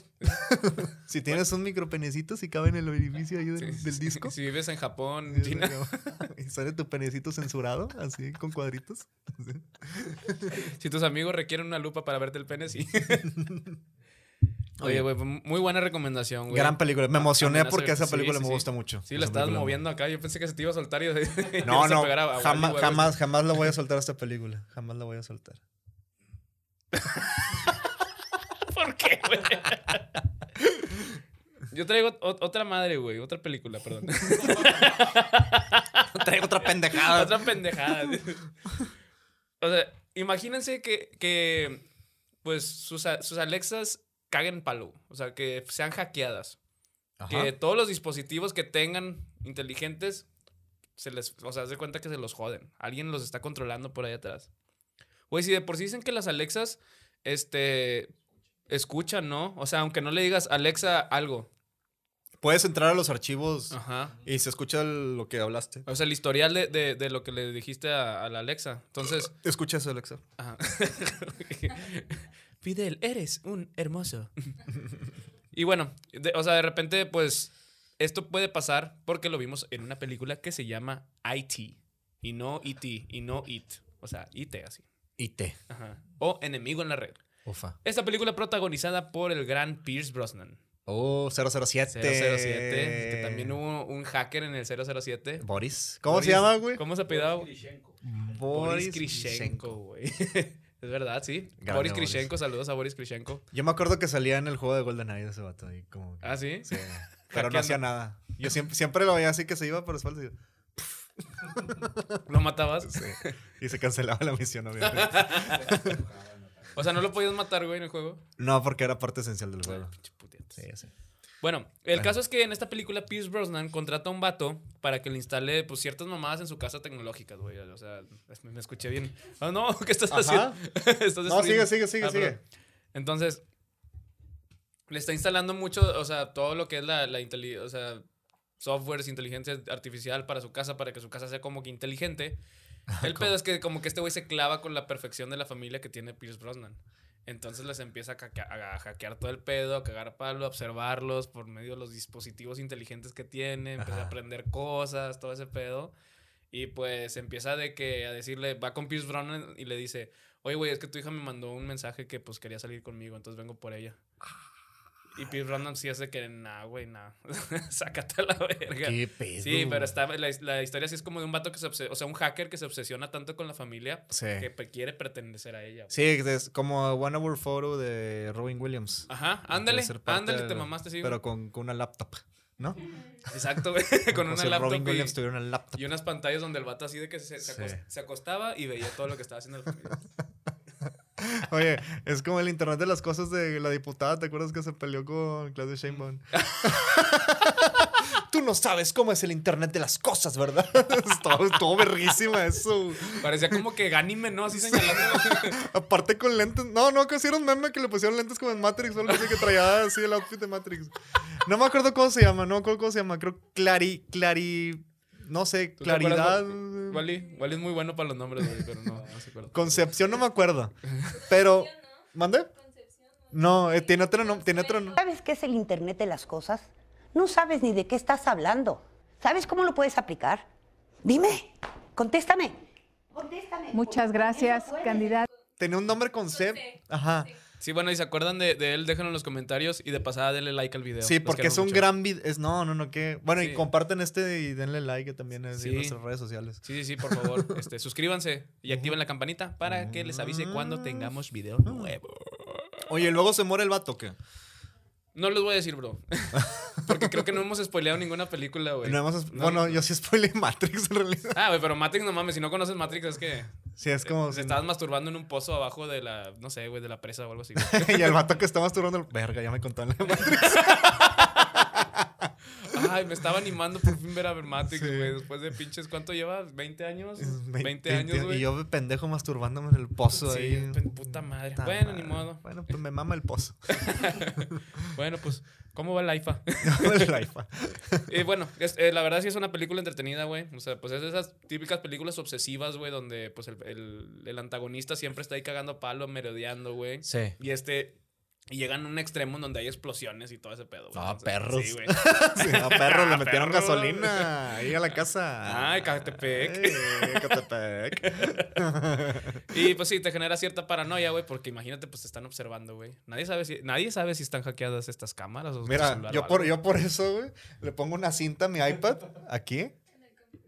Speaker 4: si tienes un micropenecito, si cabe en el orificio ahí del,
Speaker 3: Sí,
Speaker 4: del
Speaker 3: sí,
Speaker 4: disco.
Speaker 3: Si vives en Japón,
Speaker 4: Sí,
Speaker 3: China,
Speaker 4: no. Y sale tu penecito censurado, así con cuadritos.
Speaker 3: si tus amigos requieren una lupa para verte el pene, sí. Oye, güey, pues, muy buena recomendación, güey.
Speaker 4: Gran película. Me emocioné
Speaker 3: Amenaza-
Speaker 4: porque esa
Speaker 3: sí,
Speaker 4: película
Speaker 3: sí,
Speaker 4: me
Speaker 3: sí.
Speaker 4: gusta mucho.
Speaker 3: Sí, la
Speaker 4: Esa
Speaker 3: estabas
Speaker 4: película me-
Speaker 3: moviendo acá. Yo pensé que se te iba a soltar y y
Speaker 4: No,
Speaker 3: ibas a
Speaker 4: no.
Speaker 3: pegar a- a
Speaker 4: Jamás,
Speaker 3: Wally, güey.
Speaker 4: jamás, jamás la voy a soltar a esta película. Jamás la voy a soltar.
Speaker 3: ¿Por qué, güey? Yo traigo ot- otra madre, güey. Otra película, perdón.
Speaker 4: Traigo otra pendejada.
Speaker 3: Otra pendejada. o sea, imagínense que, que, pues, sus, a- sus Alexas caguen palo. O sea, que sean hackeadas. Que todos los dispositivos que tengan inteligentes, se les, o sea, haz de cuenta que se los joden. Alguien los está controlando por ahí atrás. Güey, si de por sí dicen que las Alexas, este, escuchan, ¿no? O sea, aunque no le digas Alexa algo.
Speaker 4: Puedes entrar a los archivos
Speaker 3: Ajá.
Speaker 4: y se escucha el- lo que hablaste.
Speaker 3: O sea, el historial de, de- de lo que le dijiste a, a la Alexa. Entonces,
Speaker 4: Escucha eso, Alexa.
Speaker 3: Ajá. Fidel, eres un hermoso. y bueno, de- o sea, de repente, pues, esto puede pasar porque lo vimos en una película que se llama IT. Y no IT, y no IT. O sea, IT así.
Speaker 4: Y te.
Speaker 3: Ajá. O Enemigo en la Red.
Speaker 4: Ufa.
Speaker 3: Esta película protagonizada por el gran Pierce Brosnan.
Speaker 4: Oh,
Speaker 3: 007.
Speaker 4: 007.
Speaker 3: Que también hubo un hacker en el 007.
Speaker 4: Boris. ¿Cómo
Speaker 3: Boris-
Speaker 4: se llama, güey?
Speaker 3: ¿Cómo se apellidaba? Boris
Speaker 4: Krishenko.
Speaker 3: Krishenko, güey. es verdad, sí.
Speaker 4: Grande
Speaker 3: Boris
Speaker 4: Boris.
Speaker 3: Krishenko, saludos a Boris Krishenko.
Speaker 4: Yo me acuerdo que salía en el juego de GoldenEye ese vato ahí como... que-
Speaker 3: ¿Ah, sí?
Speaker 4: Sí. Pero no hacía nada. Yo siempre, siempre lo veía así que se iba por espaldas y,
Speaker 3: ¿Lo matabas?
Speaker 4: sí. Y se cancelaba la misión, obviamente.
Speaker 3: O sea, no lo podías matar, güey, en el juego.
Speaker 4: No, porque era parte esencial del juego.
Speaker 3: Pinche puteadas.
Speaker 4: Sí, ya sé.
Speaker 3: Bueno, el
Speaker 4: Ah.
Speaker 3: caso es que en esta película Pierce Brosnan contrata a un vato para que le instale pues, ciertas mamadas en su casa tecnológicas, güey. O sea, es- me escuché bien. Ah, no, ¿qué estás
Speaker 4: Ajá.
Speaker 3: haciendo? Estás
Speaker 4: No, sigue,
Speaker 3: destruyendo.
Speaker 4: sigue, sigue,
Speaker 3: Ah,
Speaker 4: sigue.
Speaker 3: perdón. Entonces, le está instalando mucho, o sea, todo lo que es la, la inteli- o sea, softwares, inteligencia artificial para su casa, para que su casa sea como que inteligente. El pedo es que como que este güey se clava con la perfección de la familia que tiene Pierce Brosnan. Entonces les empieza a, caca- a hackear todo el pedo, a cagar palo, a observarlos por medio de los dispositivos inteligentes que tiene, empieza a aprender cosas, todo ese pedo. Y pues empieza de que a decirle, va con Pierce Brosnan y le dice, oye, güey, es que tu hija me mandó un mensaje que pues quería salir conmigo, entonces vengo por ella. Y Pierce Brosnan sí hace que, nah, güey, nah, sácate a la verga.
Speaker 8: Qué pedo.
Speaker 3: Sí, pero está, la, la historia sí es como de un vato que se obsesiona, o sea, un hacker que se obsesiona tanto con la familia
Speaker 4: Sí.
Speaker 3: que pe- quiere pertenecer a ella. güey.
Speaker 4: Sí, es como One Hour Photo de Robin Williams.
Speaker 3: Ajá, Ah, ándale,
Speaker 4: Quiere ser parte
Speaker 3: ándale, te
Speaker 4: del-
Speaker 3: mamaste, sí. güey.
Speaker 4: Pero con, con una laptop, ¿no?
Speaker 3: Exacto, güey, con
Speaker 4: Como
Speaker 3: una
Speaker 4: si
Speaker 3: laptop
Speaker 4: Robin Williams
Speaker 3: y,
Speaker 4: tuviera una laptop.
Speaker 3: y unas pantallas donde el vato así de que se, se, acos-
Speaker 4: Sí.
Speaker 3: se acostaba y veía todo lo que estaba haciendo la familia.
Speaker 4: Oye, es como el internet de las cosas de la diputada. ¿Te acuerdas que se peleó con Claudio Sheinbaum? Tú no sabes cómo es el internet de las cosas, ¿verdad? estuvo, estuvo verguísima eso.
Speaker 3: Parecía como que Ganime, ¿no? Así señalando.
Speaker 4: Aparte con lentes. No, no, que hicieron meme que le pusieron lentes como en Matrix. Solo sé que traía así el outfit de Matrix. No me acuerdo cómo se llama, no me acuerdo cómo se llama. Creo Clari, Clari, no sé,
Speaker 3: ¿Tú te acuerdas,
Speaker 4: Claridad.
Speaker 3: güey? Wally, Wally es muy bueno para los nombres, güey, pero no, no se acuerda.
Speaker 4: Concepción, no me acuerdo. Pero, ¿mandé?
Speaker 5: Concepción,
Speaker 4: No, eh, tiene otro nombre, tiene otro nombre.
Speaker 9: ¿Sabes qué es el Internet de las cosas? No sabes ni de qué estás hablando. ¿Sabes cómo lo puedes aplicar? Dime, contéstame. Contéstame.
Speaker 10: Muchas gracias, candidata.
Speaker 4: Tenía un nombre concept. Ajá.
Speaker 3: Sí, bueno, y se acuerdan de, de él, déjenlo en los comentarios y de pasada denle like al video.
Speaker 4: Sí,
Speaker 3: Los
Speaker 4: porque
Speaker 3: queremos
Speaker 4: es un
Speaker 3: mucho.
Speaker 4: gran video. Es, no, no, no, que. Bueno,
Speaker 3: Sí.
Speaker 4: y comparten este y denle like que también es en
Speaker 3: Sí.
Speaker 4: nuestras redes sociales.
Speaker 3: Sí, sí, sí, por favor. este, suscríbanse y activen la campanita para que les avise cuando tengamos video
Speaker 4: Ah.
Speaker 3: nuevo.
Speaker 4: Oye, luego se muere el vato, ¿qué?
Speaker 3: No les voy a decir, bro. Porque creo que no hemos spoileado ninguna película, güey.
Speaker 4: No hemos-
Speaker 3: No.
Speaker 4: Bueno, yo sí spoilé Matrix en realidad.
Speaker 3: Ah, güey, pero Matrix, no mames, si no conoces Matrix es que
Speaker 4: Sí, es como.
Speaker 3: se
Speaker 4: si-
Speaker 3: estabas masturbando en un pozo abajo de la, no sé, güey, de la presa o algo así. güey.
Speaker 4: y el vato que está masturbando. el- Verga, ya me contó en la Matrix.
Speaker 3: Ay, me estaba animando por fin ver a ver Matrix,
Speaker 4: Sí.
Speaker 3: güey. Después de pinches, ¿cuánto lleva? ¿20 años? 20,
Speaker 4: Y
Speaker 3: años, güey.
Speaker 4: yo, pendejo, masturbándome en el pozo
Speaker 3: Sí,
Speaker 4: ahí.
Speaker 3: pen- puta madre.
Speaker 4: Puta
Speaker 3: bueno,
Speaker 4: madre.
Speaker 3: ni modo.
Speaker 4: Bueno, pues me mama el pozo.
Speaker 3: Bueno, pues, ¿cómo va la IFA?
Speaker 4: El iPhone.
Speaker 3: Y bueno, es- eh, la verdad sí es una película entretenida, güey. O sea, pues es de esas típicas películas obsesivas, güey, donde pues el, el- el antagonista siempre está ahí cagando palo, merodeando, güey.
Speaker 8: Sí.
Speaker 3: Y este... Y llegan a un extremo en donde hay explosiones y todo ese pedo, güey.
Speaker 8: Ah,
Speaker 3: Entonces,
Speaker 8: perros.
Speaker 3: Sí, güey.
Speaker 4: Sí, a perro, le metieron
Speaker 3: Ah, Perro.
Speaker 4: gasolina. Ahí a la casa.
Speaker 3: Ay, Catepec.
Speaker 4: Ay, Pues Catepec.
Speaker 3: Y pues sí, te genera cierta paranoia, güey, porque imagínate, pues te están observando, güey. Nadie sabe si, nadie sabe si están hackeadas estas cámaras o tu
Speaker 4: Mira,
Speaker 3: Pues celular o
Speaker 4: yo por,
Speaker 3: algo.
Speaker 4: yo por eso, güey, le pongo una cinta a mi iPad aquí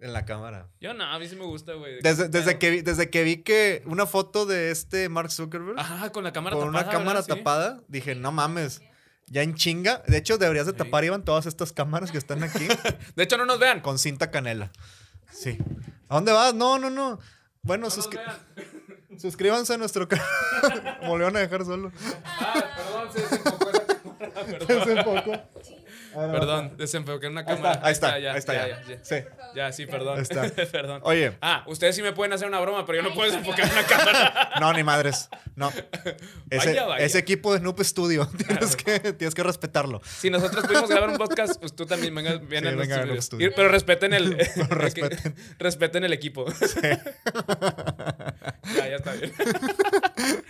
Speaker 4: en la cámara.
Speaker 3: Yo no, a mí sí me gusta, güey.
Speaker 4: Desde, desde,
Speaker 3: Pero-
Speaker 4: que vi, desde que vi que una foto de este Mark Zuckerberg
Speaker 3: Ajá, con la cámara
Speaker 4: con
Speaker 3: tapada.
Speaker 4: una cámara
Speaker 3: ¿verdad? Sí.
Speaker 4: tapada, dije, no mames, ya en chinga. De hecho, deberías de
Speaker 3: Sí.
Speaker 4: tapar, Iván, todas estas cámaras que están aquí
Speaker 3: De hecho, no nos vean.
Speaker 4: con cinta canela. Sí. ¿A dónde vas? No, no, no. Bueno,
Speaker 3: No nos
Speaker 4: suscri-
Speaker 3: vean.
Speaker 4: suscríbanse a nuestro canal. Volvieron a dejar solo.
Speaker 3: Ah, perdón, se desenfocó esa cámara, perdón.
Speaker 4: Hace poco. A ver,
Speaker 3: Perdón, desenfoqué una
Speaker 4: Ahí
Speaker 3: cámara.
Speaker 4: está, ahí está,
Speaker 3: ya,
Speaker 4: ahí está,
Speaker 3: ya,
Speaker 4: ya.
Speaker 3: ya, ya.
Speaker 4: Sí.
Speaker 3: Ya, sí, perdón.
Speaker 4: Ahí está.
Speaker 3: perdón.
Speaker 4: Oye,
Speaker 3: Ah, ustedes sí me pueden hacer una broma, pero yo no puedo desenfocar una cámara.
Speaker 4: no, ni madres. No. Ese,
Speaker 3: Vaya, vaya.
Speaker 4: ese equipo de Snoop Studio, tienes que, tienes que respetarlo.
Speaker 3: Si nosotros pudimos grabar un podcast, pues tú también venga, ven
Speaker 4: Sí,
Speaker 3: a
Speaker 4: venga,
Speaker 3: nuestros
Speaker 4: a los
Speaker 3: videos.
Speaker 4: estudios.
Speaker 3: Y- Pero respeten el...
Speaker 4: respeten.
Speaker 3: respeten el equipo. ya, ya está bien.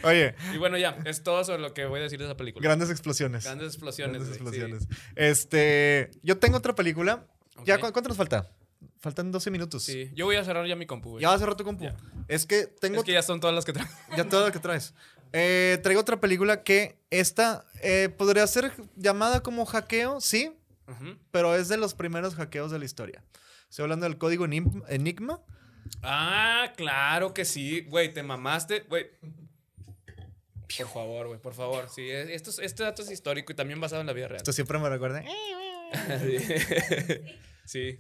Speaker 4: Oye,
Speaker 3: Y bueno, ya, es todo sobre lo que voy a decir de esa película.
Speaker 4: grandes explosiones.
Speaker 3: Grandes explosiones.
Speaker 4: Grandes
Speaker 3: güey, sí.
Speaker 4: explosiones. Este, yo tengo otra película. ¿Ya
Speaker 3: Ok.
Speaker 4: ¿cu- cuánto nos falta? Faltan 12 minutos.
Speaker 3: Sí. Yo voy a cerrar ya mi compu, güey.
Speaker 4: Ya vas a cerrar tu compu.
Speaker 3: Ya.
Speaker 4: Es que tengo
Speaker 3: Es que ya son todas las que traigo.
Speaker 4: Ya todo lo que traes. Eh, traigo otra película que esta eh, podría ser llamada como hackeo, sí,
Speaker 3: Ujú.
Speaker 4: pero es de los primeros hackeos de la historia. Estoy hablando del código Enim- Enigma.
Speaker 3: Ah, claro que sí, güey, te mamaste, güey. Por favor, güey, por favor. Sí, es- esto, es- este dato es histórico y también basado en la vida real.
Speaker 4: Esto siempre me recuerda.
Speaker 3: Sí. sí.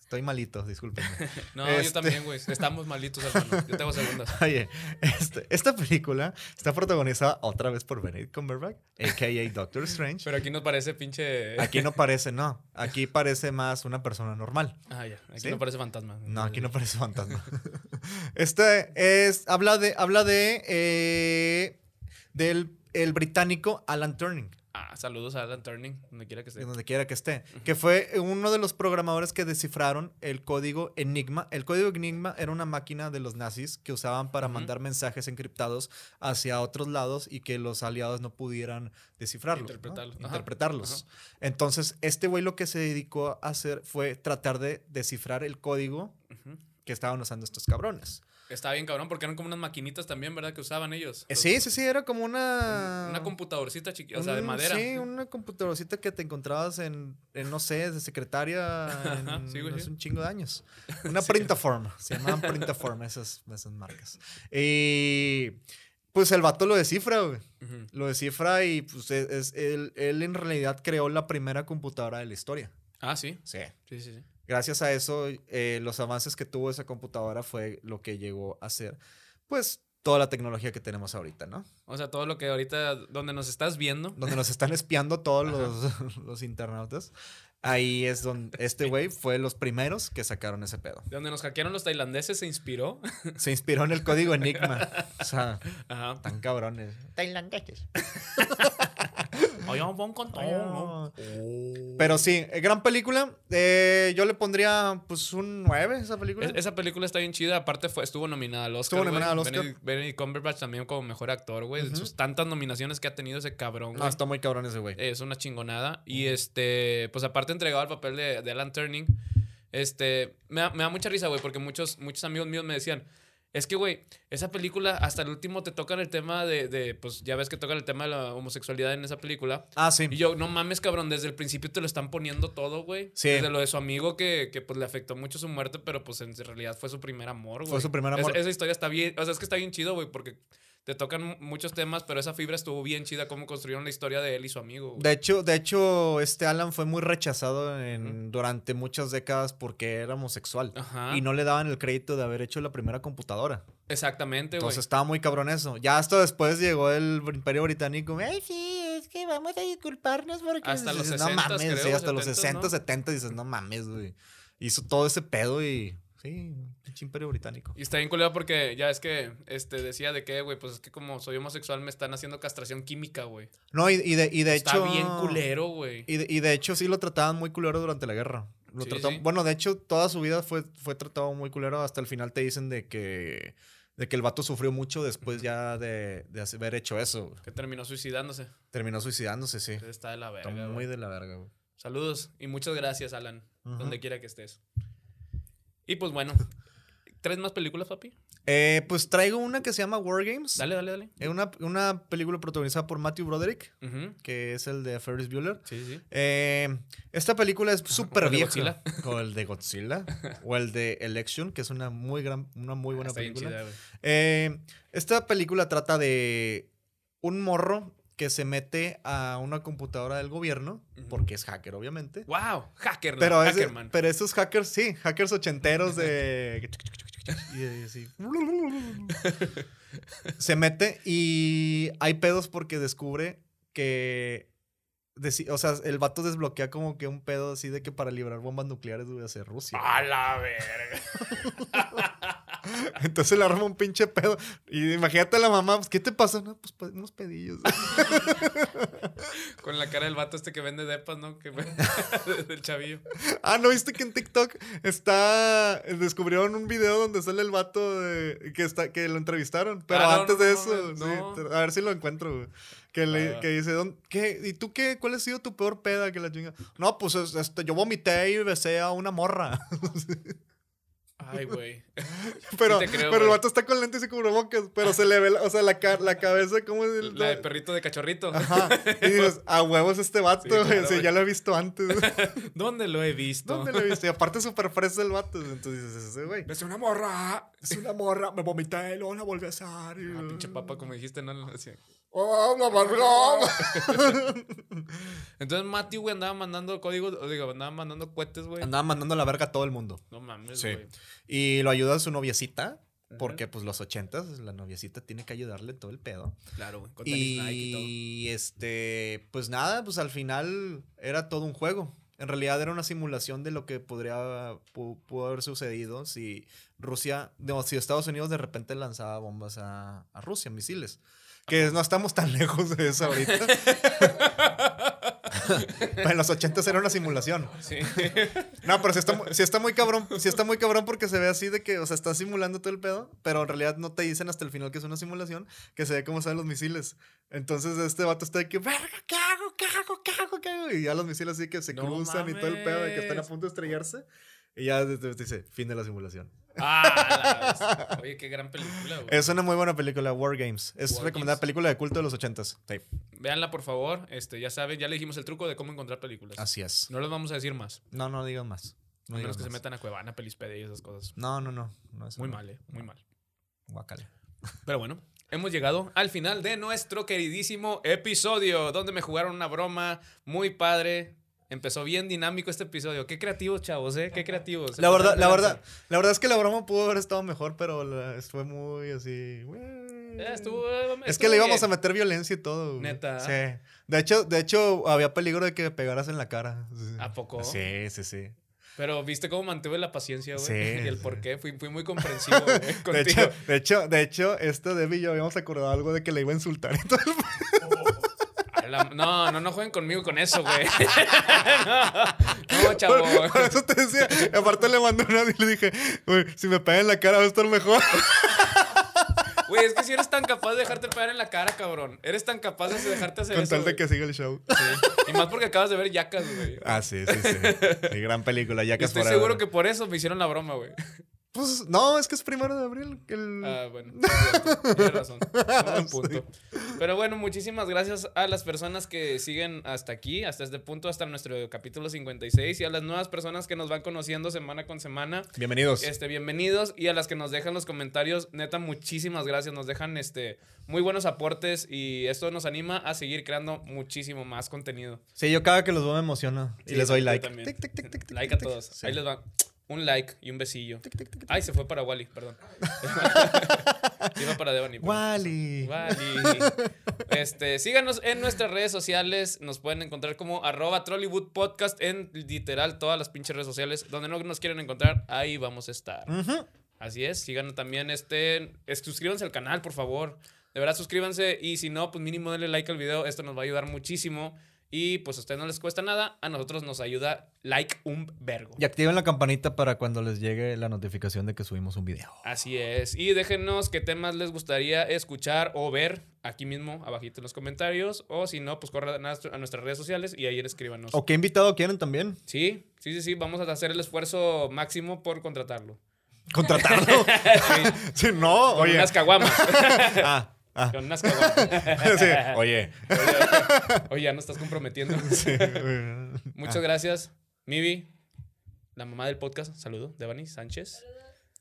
Speaker 4: Estoy malito, discúlpenme.
Speaker 3: No,
Speaker 4: Este-
Speaker 3: yo también, güey. Estamos malitos, hermano. Yo tengo segundas.
Speaker 4: Oye, este- esta película está protagonizada otra vez por Benedict Cumberbatch, a.k.a. Doctor Strange.
Speaker 3: Pero aquí nos parece pinche.
Speaker 4: Aquí no parece, no. Aquí parece más una persona normal.
Speaker 3: Ah, ya. Aquí
Speaker 4: ¿Sí?
Speaker 3: no parece fantasma.
Speaker 4: No, aquí no parece fantasma. Este es. Habla de. Habla de. eh, del el británico Alan Turning.
Speaker 3: Ah, saludos a Alan Turning, donde quiera que esté.
Speaker 4: en donde quiera que esté, que fue uno de los programadores que descifraron el código Enigma. El código Enigma era una máquina de los nazis que usaban para
Speaker 3: Ujú.
Speaker 4: mandar mensajes encriptados hacia otros lados y que los aliados no pudieran descifrarlos. ¿no?
Speaker 3: Interpretarlos, ajá,
Speaker 4: Interpretarlos. Entonces, este güey lo que se dedicó a hacer fue tratar de descifrar el código
Speaker 3: Ujú.
Speaker 4: que estaban usando estos cabrones.
Speaker 3: Estaba bien cabrón porque eran como unas maquinitas también, ¿verdad? Que usaban ellos.
Speaker 4: Eh, Sí, sí, sí, era como una...
Speaker 3: Una computadorcita chiquita, o sea, de
Speaker 4: un-
Speaker 3: madera.
Speaker 4: Ah. Mm, Sí, una computadorcita que te encontrabas en, en, no sé, de secretaria en-
Speaker 3: sí, güey,
Speaker 4: hace
Speaker 3: sí.
Speaker 4: un chingo de años. Una printaform, se llamaban printaform esas, esas marcas. Y pues el vato lo descifra, güey.
Speaker 3: Ujú.
Speaker 4: Lo descifra y pues es, es- él, él en realidad creó la primera computadora de la historia.
Speaker 3: Ah, sí.
Speaker 4: Sí.
Speaker 3: Sí, sí, sí.
Speaker 4: Gracias a eso, eh, los avances que tuvo esa computadora fue lo que llegó a ser, pues, toda la tecnología que tenemos ahorita, ¿no?
Speaker 3: O sea, todo lo que ahorita, donde nos estás viendo.
Speaker 4: donde nos están espiando todos los, los internautas. Ahí es donde este güey fue los primeros que sacaron ese pedo.
Speaker 3: De donde nos hackearon los tailandeses se inspiró.
Speaker 4: Se inspiró en el código Enigma. O sea,
Speaker 3: Ajá.
Speaker 4: tan cabrones.
Speaker 11: Tailandeses.
Speaker 3: Oye, un contón.
Speaker 4: Pero sí, eh, gran película. Eh, yo le pondría pues un 9 a esa película.
Speaker 3: Es- esa película está bien chida. Aparte, fue, estuvo nominada al Oscar.
Speaker 4: Estuvo nominada
Speaker 3: güey.
Speaker 4: al Oscar.
Speaker 3: Benedict, Benedict Cumberbatch también como mejor actor, güey. De Sus tantas nominaciones que ha tenido ese cabrón,
Speaker 4: no,
Speaker 3: güey.
Speaker 4: está muy cabrón ese güey.
Speaker 3: Es una chingonada. Y este, pues aparte entregado el papel de, de Alan Turning, este, me da, me da mucha risa, güey, porque muchos, muchos amigos míos me decían, es que, güey, esa película hasta el último te tocan el tema de, de, pues ya ves que tocan el tema de la homosexualidad en esa película.
Speaker 4: Ah, sí.
Speaker 3: Y yo, no mames, cabrón, desde el principio te lo están poniendo todo, güey.
Speaker 4: Sí.
Speaker 3: Desde lo de su amigo que, que pues le afectó mucho su muerte, pero pues en realidad fue su primer amor, güey.
Speaker 4: Fue su primer
Speaker 3: Es-
Speaker 4: amor.
Speaker 3: Esa, historia está bien, o sea, es que está bien chido, güey, porque te tocan mu- muchos temas, pero esa fibra estuvo bien chida cómo construyeron la historia de él y su amigo. güey.
Speaker 4: De hecho, de hecho, este Alan fue muy rechazado en- durante muchas décadas porque era homosexual.
Speaker 3: Ajá.
Speaker 4: Y no le daban el crédito de haber hecho la primera computadora.
Speaker 3: Exactamente, güey.
Speaker 4: Entonces estaba muy cabrón eso. Ya hasta después llegó el Imperio Británico. Ay, sí, es que vamos a disculparnos porque.
Speaker 3: Hasta los
Speaker 4: no
Speaker 3: 60s,
Speaker 4: mames, sí,
Speaker 3: creo,
Speaker 4: hasta los
Speaker 3: 70s,
Speaker 4: 60,
Speaker 3: ¿no?
Speaker 4: 70 dices, no mames, güey. Hizo todo ese pedo y. Sí, pinche Imperio Británico.
Speaker 3: Y está bien culero porque ya es que este decía de que, güey, pues es que como soy homosexual me están haciendo castración química, güey.
Speaker 4: No, y, y de, y de
Speaker 3: Está
Speaker 4: hecho.
Speaker 3: bien culero, güey.
Speaker 4: Y de, y de hecho, sí lo trataban muy culero durante la guerra. Lo
Speaker 3: Sí,
Speaker 4: trataban-
Speaker 3: sí.
Speaker 4: Bueno, de hecho, toda su vida fue, fue tratado muy culero. Hasta el final te dicen de que. De que el vato sufrió mucho después ya de, de haber hecho eso.
Speaker 3: Que terminó suicidándose.
Speaker 4: Terminó suicidándose, sí.
Speaker 3: Está de la
Speaker 4: Está
Speaker 3: verga.
Speaker 4: muy
Speaker 3: güey.
Speaker 4: de la verga, güey.
Speaker 3: Saludos y muchas gracias, Alan,
Speaker 4: Ujú.
Speaker 3: donde quiera que estés. Y pues bueno, tres más películas, papi.
Speaker 4: Eh, pues traigo una que se llama War Games.
Speaker 3: Dale, dale, dale.
Speaker 4: Es una, una película protagonizada por Matthew Broderick,
Speaker 3: Ujú.
Speaker 4: que es el de Ferris Bueller.
Speaker 3: Sí, sí.
Speaker 4: Eh, esta película es
Speaker 3: ¿O
Speaker 4: súper
Speaker 3: el de
Speaker 4: vieja.
Speaker 3: Godzilla?
Speaker 4: O el de Godzilla. o el de Election, que es una muy, gran, una muy buena
Speaker 3: Ah, Está bien
Speaker 4: película.
Speaker 3: chida, güey.
Speaker 4: Eh, esta película trata de un morro que se mete a una computadora del gobierno,
Speaker 3: Ujú.
Speaker 4: porque es hacker, obviamente.
Speaker 3: Wow, hacker,
Speaker 4: Pero, ese-
Speaker 3: Hackerman.
Speaker 4: pero esos hackers, sí, hackers ochenteros de. y de- así. Se mete y hay pedos porque descubre que. deci- O sea, el vato desbloquea como que un pedo así de que para librar bombas nucleares debe hacer Rusia.
Speaker 3: A Ah, la verga.
Speaker 4: Entonces le arma un pinche pedo. Y imagínate a la mamá, pues, ¿qué te pasa? No, pues pe- unos pedillos.
Speaker 3: Con la cara del vato este que vende depas, ¿no? Que del chavillo.
Speaker 4: Ah, ¿no viste que en TikTok está. Descubrieron un video donde sale el vato de- que, está, que lo entrevistaron. Pero
Speaker 3: Ah, no,
Speaker 4: antes
Speaker 3: no,
Speaker 4: de
Speaker 3: no,
Speaker 4: eso,
Speaker 3: no.
Speaker 4: sí, te- a ver si lo encuentro, güey. Que, le,
Speaker 3: Ah.
Speaker 4: que dice, "¿Dónde- qué? ¿y tú qué? ¿Cuál ha sido tu peor peda que la chinga? No, pues es- este, yo vomité y besé a una morra.
Speaker 3: Ay, güey.
Speaker 4: pero
Speaker 3: Sí te creo,
Speaker 4: pero
Speaker 3: güey.
Speaker 4: el vato está con lentes y cubrebocas, pero se le ve, la- o sea, la, ca- la cabeza como... es el-
Speaker 3: La de perrito de cachorrito.
Speaker 4: Ajá. Y dices, a huevos este vato,
Speaker 3: Sí, claro,
Speaker 4: güey, sí,
Speaker 3: güey.
Speaker 4: ya lo he visto antes.
Speaker 3: ¿Dónde lo he visto?
Speaker 4: ¿Dónde lo he visto? Y aparte súper fresco el vato. Entonces dices, ese güey.
Speaker 3: Es una morra.
Speaker 4: Es una morra, me vomité, luego la volví a besar. y-
Speaker 3: Ah, pinche papa, como dijiste, no lo hacía.
Speaker 4: Oh, mamá, no.
Speaker 3: Entonces Matthew, güey, andaba mandando códigos, o digo, andaba mandando cohetes, güey.
Speaker 4: Andaba mandando la verga a todo el mundo.
Speaker 3: No mames,
Speaker 4: Sí.
Speaker 3: güey.
Speaker 4: Y lo ayuda a su noviecita, porque pues los ochentas, la noviecita tiene que ayudarle todo el pedo.
Speaker 3: Claro, güey. Con tenis Nike y
Speaker 4: Y este, pues nada, pues al final era todo un juego. En realidad era una simulación de lo que podría pu- pudo haber sucedido si Rusia, no, si Estados Unidos de repente lanzaba bombas a, a Rusia, misiles. Que no estamos tan lejos de eso ahorita. Pero en los 80 era una simulación.
Speaker 3: todo. Sí.
Speaker 4: No, pero si está, mu- sí está muy cabrón, sí está muy cabrón porque se ve así de que, o sea, está simulando todo el pedo, pero en realidad no te dicen hasta el final que es una simulación, que se ve cómo salen los misiles. Entonces este vato está de que, verga, ¿qué hago? ¿Qué hago? ¿Qué hago? ¿Qué hago?" Y ya los misiles así que se
Speaker 3: No
Speaker 4: cruzan y todo el pedo de que están a
Speaker 3: mames.
Speaker 4: punto de estrellarse. Y ya te, te dice, fin de la simulación.
Speaker 3: Ah, la bestia. Oye, qué gran película, güey.
Speaker 4: Es una muy buena película, War Games. Es
Speaker 3: War
Speaker 4: recomendada
Speaker 3: Games.
Speaker 4: película de culto de los ochentas. Sí,
Speaker 3: Véanla, por favor. Este, ya saben, ya le dijimos el truco de cómo encontrar películas.
Speaker 4: así es.
Speaker 3: No les vamos a decir más.
Speaker 4: No, no digas más. No
Speaker 3: a menos
Speaker 4: digas
Speaker 3: que se
Speaker 4: más.
Speaker 3: metan a Cuevana, Pelispedia y esas cosas.
Speaker 4: No, no, no. no eso
Speaker 3: Muy
Speaker 4: no.
Speaker 3: mal, eh. Muy mal.
Speaker 4: Guácala.
Speaker 3: Pero bueno, hemos llegado al final de nuestro queridísimo episodio, donde me jugaron una broma muy padre. Empezó bien dinámico este episodio. Qué creativos, chavos, ¿eh? Qué creativos. Se
Speaker 4: La verdad,
Speaker 3: pasaron
Speaker 4: la
Speaker 3: de
Speaker 4: verdad, la verdad es que la broma pudo haber estado mejor, pero la- fue muy así. güey.
Speaker 3: lanza. Eh, estuvo,
Speaker 4: es que le íbamos a meter violencia y todo. güey.
Speaker 3: Neta.
Speaker 4: Sí. De hecho, de hecho, había peligro de que pegaras en la cara. Sí.
Speaker 3: ¿A poco?
Speaker 4: Sí, sí, sí.
Speaker 3: Pero viste cómo mantuve la paciencia, güey.
Speaker 4: Sí,
Speaker 3: y el
Speaker 4: sí.
Speaker 3: por qué. Fui, fui muy comprensivo, güey,
Speaker 4: De
Speaker 3: contigo.
Speaker 4: hecho, de hecho, de hecho, este Debbie y yo habíamos acordado algo de que le iba a insultar y todo.
Speaker 3: A la- No, no, no jueguen conmigo con eso, güey. No, no, chavo.
Speaker 4: Por eso te decía. Y Aparte le mandé una y le dije, "Güey, si me pegan en la cara va a estar mejor.
Speaker 3: Güey, es que si eres tan capaz de dejarte pegar en la cara, cabrón. Eres tan capaz de dejarte hacer
Speaker 4: Con
Speaker 3: eso.
Speaker 4: tal de
Speaker 3: güey.
Speaker 4: que siga el show.
Speaker 3: Sí. Y más porque acabas de ver Yacas, güey.
Speaker 4: Ah, sí, sí, sí. Sí, gran película, ya
Speaker 3: Y
Speaker 4: que
Speaker 3: estoy seguro que por eso me hicieron la broma, güey.
Speaker 4: Pues no, es que es primero de abril. El...
Speaker 3: Ah, bueno. es cierto. Tienes razón. Un buen punto. Pero bueno, muchísimas gracias a las personas que siguen hasta aquí, hasta este punto, hasta nuestro capítulo 56 y a las nuevas personas que nos van conociendo semana con semana.
Speaker 4: Bienvenidos.
Speaker 3: Este, bienvenidos y a las que nos dejan los comentarios, neta, muchísimas gracias. Nos dejan este, muy buenos aportes y esto nos anima a seguir creando muchísimo más contenido.
Speaker 4: Sí, yo cada que los veo me emociono y
Speaker 3: Sí,
Speaker 4: les doy
Speaker 3: yo
Speaker 4: like.
Speaker 3: también.
Speaker 4: Tic, tic, tic, tic, tic,
Speaker 3: like a
Speaker 4: tic.
Speaker 3: todos.
Speaker 4: Sí.
Speaker 3: Ahí les va un like y un besillo. Ay, se fue para Wally, perdón. Iba para Devani. perdón.
Speaker 4: Wally.
Speaker 3: Wally. Este, síganos en nuestras redes sociales. Nos pueden encontrar como arroba Trollywood Podcast en literal todas las pinches redes sociales. Donde no nos quieren encontrar, ahí vamos a estar.
Speaker 4: Ujú.
Speaker 3: Así es, sigan también este. es- Suscríbanse al canal, por favor. De verdad, suscríbanse. Y si no, pues mínimo denle like al video. Esto nos va a ayudar muchísimo. Y pues a ustedes no les cuesta nada. A nosotros nos ayuda like un vergo.
Speaker 4: Y activen la campanita para cuando les llegue la notificación de que subimos un video.
Speaker 3: Así es. Y déjenos qué temas les gustaría escuchar o ver aquí mismo, abajito en los comentarios. O si no, pues corran a a nuestras redes sociales y ahí escríbanos.
Speaker 4: ¿O qué invitado quieren también?
Speaker 3: Sí, sí, sí, sí. Vamos a hacer el esfuerzo máximo por contratarlo.
Speaker 4: Contratarlo.
Speaker 3: Sí,
Speaker 4: sí, no,
Speaker 3: con
Speaker 4: oye.
Speaker 3: unas caguamas.
Speaker 4: Ah, ah.
Speaker 3: Con unas caguamas.
Speaker 4: Sí, oye.
Speaker 3: Oye, ya no estás comprometiendo.
Speaker 4: Sí, oye.
Speaker 3: Muchas gracias, Mivi, la mamá del podcast. Saludo, Devani Sánchez.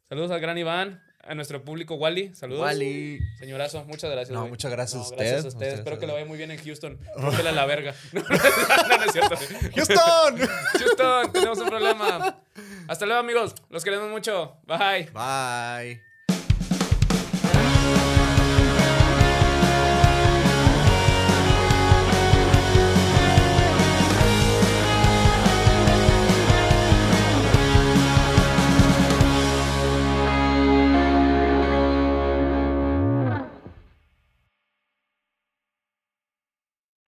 Speaker 3: Saludos al gran Iván, a nuestro público Wally. Saludos.
Speaker 4: Wally.
Speaker 3: Señorazo, muchas gracias.
Speaker 4: No,
Speaker 3: güey.
Speaker 4: muchas gracias a usted,
Speaker 3: Gracias a
Speaker 4: a
Speaker 3: ustedes.
Speaker 4: usted,
Speaker 3: Espero
Speaker 4: a
Speaker 3: que le
Speaker 4: usted.
Speaker 3: vaya muy bien en Houston. Póntela a la verga. No, no, no es cierto.
Speaker 4: ¡Houston!
Speaker 3: Houston, tenemos un problema. Hasta luego, amigos. Los queremos mucho. Bye.
Speaker 4: Bye.